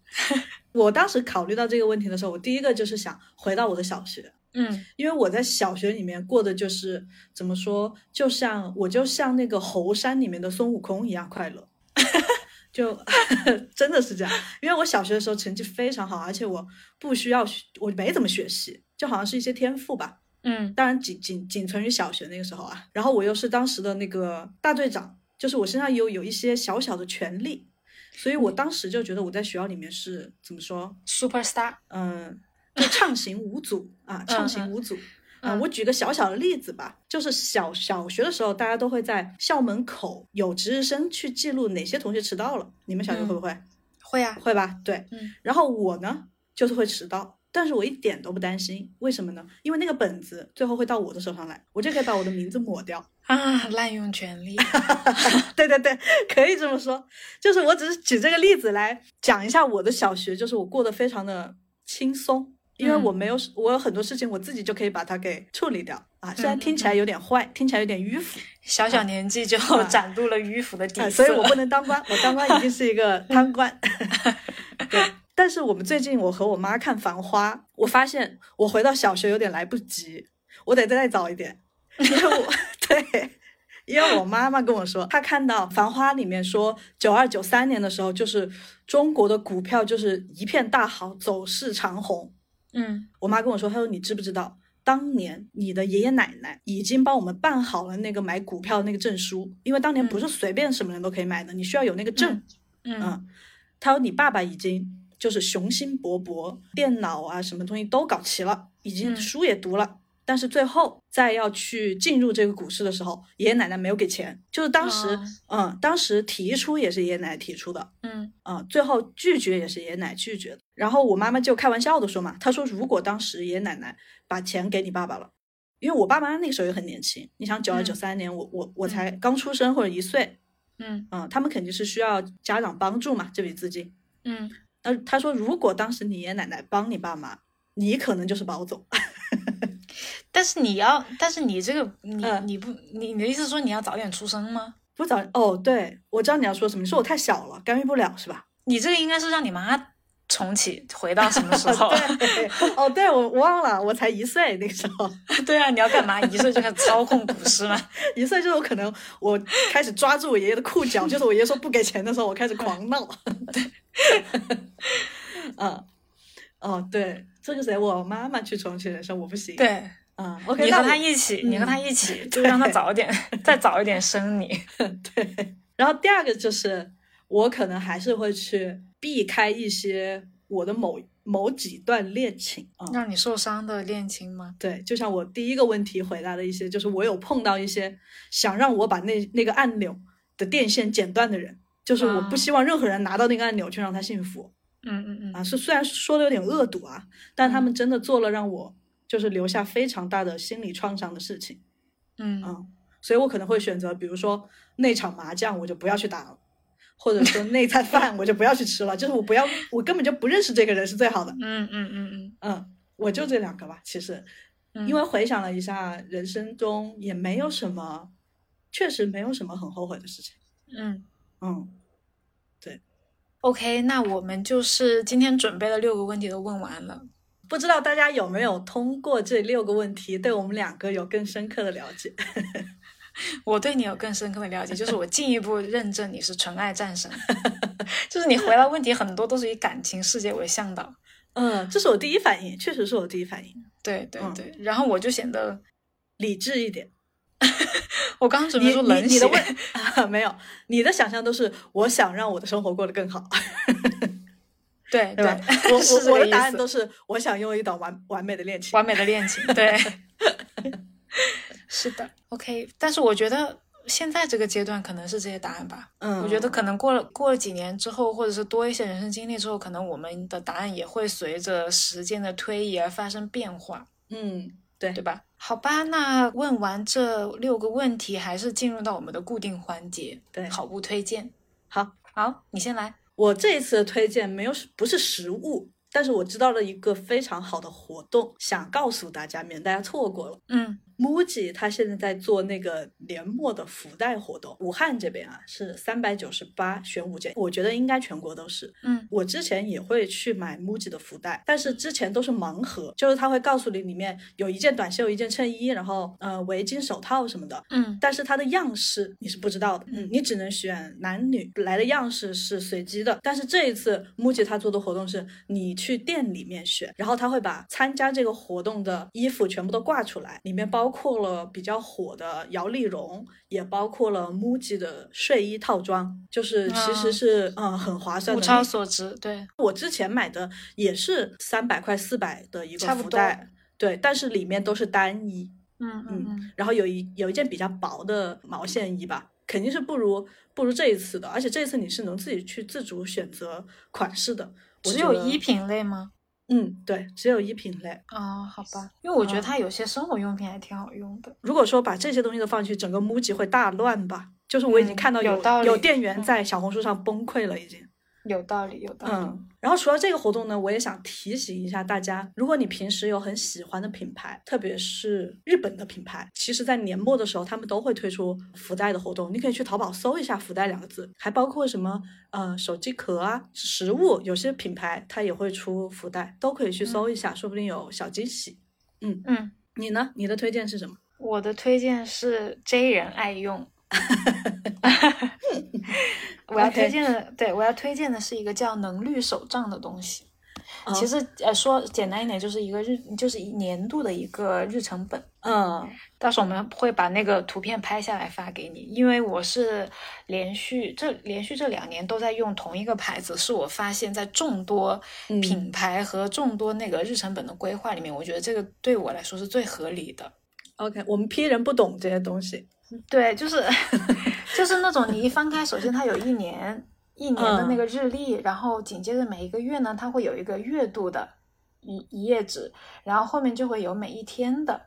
Speaker 2: 我当时考虑到这个问题的时候，我第一个就是想回到我的小学，
Speaker 1: 嗯
Speaker 2: 因为我在小学里面过的就是怎么说，就像我就像那个猴山里面的孙悟空一样快乐， 就 真的是这样。因为我小学的时候成绩非常好，而且我不需要学，我没怎么学习，就好像是一些天赋吧。
Speaker 1: 嗯
Speaker 2: 当然仅仅仅存于小学那个时候啊。然后我又是当时的那个大队长，就是我身上有有一些小小的权利，所以我当时就觉得我在学校里面是怎么说，
Speaker 1: ，super star，
Speaker 2: 嗯，就畅行无阻啊，畅行无阻。啊、
Speaker 1: 嗯
Speaker 2: 我举个小小的例子吧，就是小小学的时候，大家都会在校门口有值日生去记录哪些同学迟到了。你们小学会不会？
Speaker 1: 会啊，
Speaker 2: 会吧？对。
Speaker 1: 嗯。
Speaker 2: 然后我呢，就是会迟到，但是我一点都不担心，为什么呢？因为那个本子最后会到我的手上来，我就可以把我的名字抹掉。
Speaker 1: 啊，滥用权 力，
Speaker 2: 对对对，可以这么说。就是我只是举这个例子来讲一下我的小学，就是我过得非常的轻松，因为我没有、我有很多事情我自己就可以把它给处理掉啊。虽然听起来有点坏，听起来有点迂腐，
Speaker 1: 小小年纪就
Speaker 2: 啊
Speaker 1: 展露了迂腐的底
Speaker 2: 啊，
Speaker 1: 色，
Speaker 2: 所以我不能当官，我当官已经是一个贪官。对，但是我们最近我和我妈看《繁花》，我发现我回到小学有点来不及，我得再早一点，因为我对。因为我妈妈跟我说，她看到《繁花》里面说，九二九三年的时候，就是中国的股票就是一片大好，走势长红。
Speaker 1: 嗯
Speaker 2: 我妈跟我说，她说你知不知道，当年你的爷爷奶奶已经帮我们办好了那个买股票的那个证书，因为当年不是随便什么人都可以买的，你需要有那个证。
Speaker 1: 嗯
Speaker 2: 嗯，他说你爸爸已经就是雄心勃勃，电脑啊什么东西都搞齐了，已经
Speaker 1: 嗯
Speaker 2: 书也读了，但是最后在要去进入这个股市的时候，爷爷奶奶没有给钱，就是当时，
Speaker 1: 哦
Speaker 2: 嗯，当时提出也是爷爷奶奶提出的。
Speaker 1: 嗯
Speaker 2: 啊，最后拒绝也是爷爷奶奶拒绝的。然后我妈妈就开玩笑的说嘛，她说如果当时爷爷奶奶把钱给你爸爸了，因为我爸妈那个时候也很年轻，你想九二
Speaker 1: 嗯
Speaker 2: 九三年，我我我才刚出生或者一岁，
Speaker 1: 嗯
Speaker 2: 嗯，他们肯定是需要家长帮助嘛，这笔资金。
Speaker 1: 嗯，
Speaker 2: 那他说，如果当时你爷爷奶奶帮你爸妈，你可能就是保总。
Speaker 1: 但是你要，但是你这个你
Speaker 2: 嗯
Speaker 1: 你不你你的意思是说你要早点出生吗？
Speaker 2: 不早哦，对，我知道你要说什么，你说我太小了，干预不了是吧？
Speaker 1: 你这个应该是让你妈重启，回到什么 时候？
Speaker 2: 对，哦，对，我我忘了，我才一岁那个时候，
Speaker 1: 对啊，你要干嘛？一岁就开始操控股市吗？
Speaker 2: 一岁就是我可能我开始抓住我爷爷的 裤脚，就是我爷爷说不给钱的时候，我开始狂闹。对，嗯，哦，对，这个谁，我妈妈去重启人生，我不 行。，
Speaker 1: 对，
Speaker 2: 嗯，OK，
Speaker 1: 你和
Speaker 2: 那
Speaker 1: 他
Speaker 2: 我
Speaker 1: 一起，
Speaker 2: 嗯
Speaker 1: 你和他一 起，就让他早点，再早一点生你。
Speaker 2: 对，然后第二个就是我可能还是会去避开一些我的某某几段恋情啊、
Speaker 1: 让你受伤的恋情吗？
Speaker 2: 对，就像我第一个问题回答的一些，就是我有碰到一些想让我把那那个按钮的电线剪断的人，就是我不
Speaker 1: 啊
Speaker 2: 希望任何人拿到那个按钮去让他幸福
Speaker 1: 嗯嗯
Speaker 2: 啊。
Speaker 1: 嗯
Speaker 2: 是虽然说的有点恶毒啊，但他们真的做了让我就是留下非常大的心理创伤的事情。
Speaker 1: 嗯
Speaker 2: 嗯，所以我可能会选择，比如说那场麻将我就不要去打了，或者说那餐饭我就不要去吃了，就是我不要，我根本就不认识这个人是最好的。
Speaker 1: 嗯嗯嗯
Speaker 2: 嗯，我就这两个吧，其实，
Speaker 1: 嗯，
Speaker 2: 因为回想了一下，人生中也没有什么，确实没有什么很后悔的事情。
Speaker 1: 嗯。
Speaker 2: 嗯，
Speaker 1: OK，那我们就是今天准备的六个问题都问完了。
Speaker 2: 不知道大家有没有通过这六个问题，对我们两个有更深刻的了解？
Speaker 1: 我对你有更深刻的了解，就是我进一步认证你是纯爱战 神，就是你回答问题很多都是以感情世界为向导。
Speaker 2: 嗯，这是我第一反应，确实是我第一反应，
Speaker 1: 对对
Speaker 2: 嗯
Speaker 1: 对，然后我就显得
Speaker 2: 理智一点。
Speaker 1: 我刚刚准
Speaker 2: 你
Speaker 1: 备说冷
Speaker 2: 你你
Speaker 1: 血
Speaker 2: 的，问、 啊、没有，你的想象都是我想让我的生活过得更好，
Speaker 1: 对
Speaker 2: 对吧？
Speaker 1: 对，
Speaker 2: 我
Speaker 1: 是这
Speaker 2: 我我
Speaker 1: 个
Speaker 2: 的
Speaker 1: 意
Speaker 2: 答案
Speaker 1: 思
Speaker 2: 都是我想拥有一段完完美的恋情。
Speaker 1: 完美的恋情， 对，是的，OK。但是 我觉得现在这个阶段可能是这些答案吧，
Speaker 2: 嗯，
Speaker 1: 我觉得可能过了过了几年之后，或者是多一些人生经历之后，可能我们的答案也会随着时间的推移而发生变化，
Speaker 2: 嗯，
Speaker 1: 对吧？好吧，那问完这六个问题，还是进入到我们的固定环节，
Speaker 2: 嗯对
Speaker 1: 好物推荐。
Speaker 2: 好，
Speaker 1: 好，你先来。
Speaker 2: 我这一次的推荐没有是不是食物，但是我知道了一个非常好的活动，想告诉大家，免大家错过了。
Speaker 1: 嗯
Speaker 2: MUJI 它现在在做那个年末的福袋活动，武汉这边啊是三百九十八选五件，我觉得应该全国都是。
Speaker 1: 嗯
Speaker 2: 我之前也会去买 MUJI 的福袋，但是之前都是盲盒，就是它会告诉你里面有一件短袖、一件衬衣，然后呃围巾、手套什么的。
Speaker 1: 嗯
Speaker 2: 但是它的样式你是不知道的，嗯，你只能选男女，本来的样式是随机的。但是这一次 MUJI 它做的活动是，你去店里面选，然后他会把参加这个活动的衣服全部都挂出来，里面包括了比较火的摇粒绒，也包括了 MUJI 的睡衣套装，就是其实
Speaker 1: 啊
Speaker 2: 是、嗯很划算
Speaker 1: 物
Speaker 2: 的。
Speaker 1: 超所值，对，
Speaker 2: 我之前买的也是三百块、四百的一个
Speaker 1: 差不
Speaker 2: 福
Speaker 1: 多
Speaker 2: 袋，对，但是里面都是单衣，
Speaker 1: 嗯
Speaker 2: 嗯
Speaker 1: 嗯嗯，
Speaker 2: 然后有一有一件比较薄的毛线衣吧，肯定是不如不如这一次的，而且这一次你是能自己去自主选择款式的，我
Speaker 1: 只
Speaker 2: 觉
Speaker 1: 有
Speaker 2: 得
Speaker 1: 衣，品类吗？
Speaker 2: 嗯，对，只有一品类。
Speaker 1: 哦，好吧，嗯因为我觉得它有些生活用品还挺好用的。
Speaker 2: 如果说把这些东西都放进去，整个 MUJI 会大乱吧？就是我已经
Speaker 1: 嗯
Speaker 2: 看到
Speaker 1: 有
Speaker 2: 有、
Speaker 1: 道理嗯
Speaker 2: 店员在小红书上崩溃了，已经。
Speaker 1: 有道理，有道理。
Speaker 2: 嗯，然后除了这个活动呢，我也想提醒一下大家，如果你平时有很喜欢的品牌，特别是日本的品牌，其实在年末的时候，他们都会推出福袋的活动，你可以去淘宝搜一下“福袋”两个字，还包括什么呃手机壳啊、食物，有些品牌它也会出福袋，都可以去搜一下，说不定有小惊喜。
Speaker 1: 嗯，
Speaker 2: 你呢？你的推荐是什么？
Speaker 1: 我的推荐是 J 人爱 用。我要
Speaker 2: OK
Speaker 1: 推荐的对我要推荐的是一个叫能率手账的东西。其实呃说简单一点，就是一个日就是一年度的一个日程本。
Speaker 2: 嗯
Speaker 1: 到时候我们会把那个图片拍下来发给你，因为我是连续这连续这两年都在用同一个牌子，是我发现在众多
Speaker 2: 嗯
Speaker 1: 品牌和众多那个日程本的规划里面，我觉得这个对我来说是最合理的。
Speaker 2: ，OK，我们 P 人不懂这些东西。
Speaker 1: 对，就是就是那种你一翻开，首先它有一年一年的那个日历，然后紧接着每一个月呢，它会有一个月度的一一页纸，然后后面就会有每一天的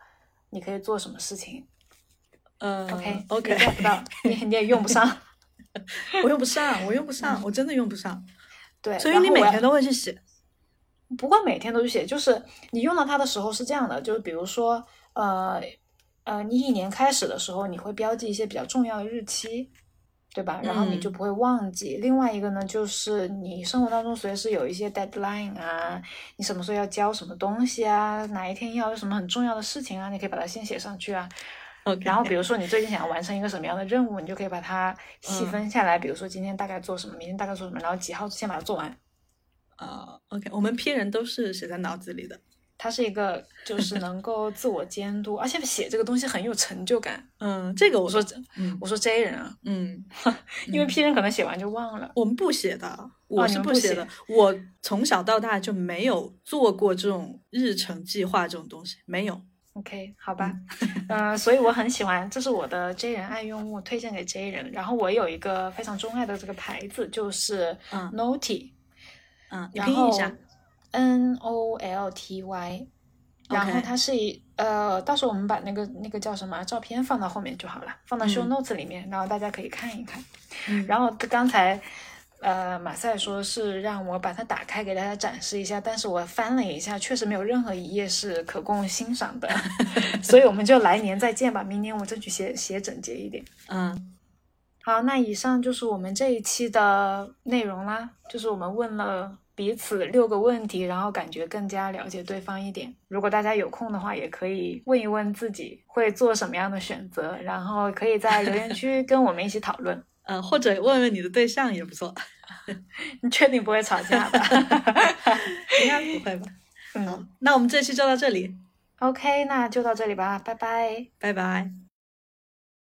Speaker 1: 你可以做什么事情。
Speaker 2: 嗯
Speaker 1: OK
Speaker 2: OK，
Speaker 1: 你 get 不到，你你也用不上。
Speaker 2: 我用不上，我用不上，我真的用不上，
Speaker 1: 对，
Speaker 2: 所以
Speaker 1: 然
Speaker 2: 你
Speaker 1: 后
Speaker 2: 每
Speaker 1: 我要
Speaker 2: 天都会去写。
Speaker 1: 不会每天都去写，就是你用到它的时候是这样的，就是比如说，呃，呃，你一年开始的时候，你会标记一些比较重要的日期，对吧？然后你
Speaker 2: 嗯
Speaker 1: 就不会忘记。另外一个呢，就是你生活当中随时有一些 deadline 啊，你什么时候要交什么东西啊，哪一天要有什么很重要的事情啊，你可以把它先写上去啊。
Speaker 2: OK，
Speaker 1: 然后比如说你最近想要完成一个什么样的任务，你就可以把它细分下来，比如说今天大概做什么，明天大概做什么，然后几号之前把它做完。
Speaker 2: 啊、o k 我们 P 人都是写在脑子里的。
Speaker 1: 它是一个就是能够自我监督，而且写这个东西很有成就感。
Speaker 2: 嗯，这个我
Speaker 1: 我说
Speaker 2: 嗯
Speaker 1: 我说 J 人啊，
Speaker 2: 嗯，
Speaker 1: 因为 P 人可能写完就忘了。
Speaker 2: 我们不写的，我
Speaker 1: 哦你
Speaker 2: 是
Speaker 1: 们
Speaker 2: 不
Speaker 1: 不
Speaker 2: 写
Speaker 1: 写
Speaker 2: 的。我从小到大就没有做过这种日程计划这种东西，没有。
Speaker 1: OK，好吧， 嗯、所以我很喜欢，这是我的 J 人爱用物，推荐给 J 人。然后我有一个非常钟爱的这个牌子，就是
Speaker 2: 嗯
Speaker 1: Noti，、
Speaker 2: 嗯，你
Speaker 1: 然
Speaker 2: 拼
Speaker 1: 后
Speaker 2: 一下。
Speaker 1: N O L T Y，然后
Speaker 2: OK
Speaker 1: 它是一呃，到时候我们把那个那个叫什么啊照片放到后面就好了，放到 show
Speaker 2: 嗯
Speaker 1: notes 里面，然后大家可以看一看。
Speaker 2: 嗯
Speaker 1: 然后刚才呃马赛说是让我把它打开给大家展示一下，但是我翻了一下，确实没有任何一页是可供欣赏 的，所以我们就来年再见吧，明年我争取写写整洁一点。
Speaker 2: 嗯
Speaker 1: 好，那以上就是我们这一期的内容啦，就是我们问了彼此六个问题，然后感觉更加了解对方一点。如果大家有空的话，也可以问一问自己会做什么样的选择，然后可以在留言区跟我们一起讨论。
Speaker 2: 呃，或者问问你的对象也不错，
Speaker 1: 你确定不会吵架吧？
Speaker 2: 应该不 会吧？
Speaker 1: 嗯
Speaker 2: 那我们这期就到这里，
Speaker 1: ，OK，那就到这里吧，拜拜。
Speaker 2: 拜拜。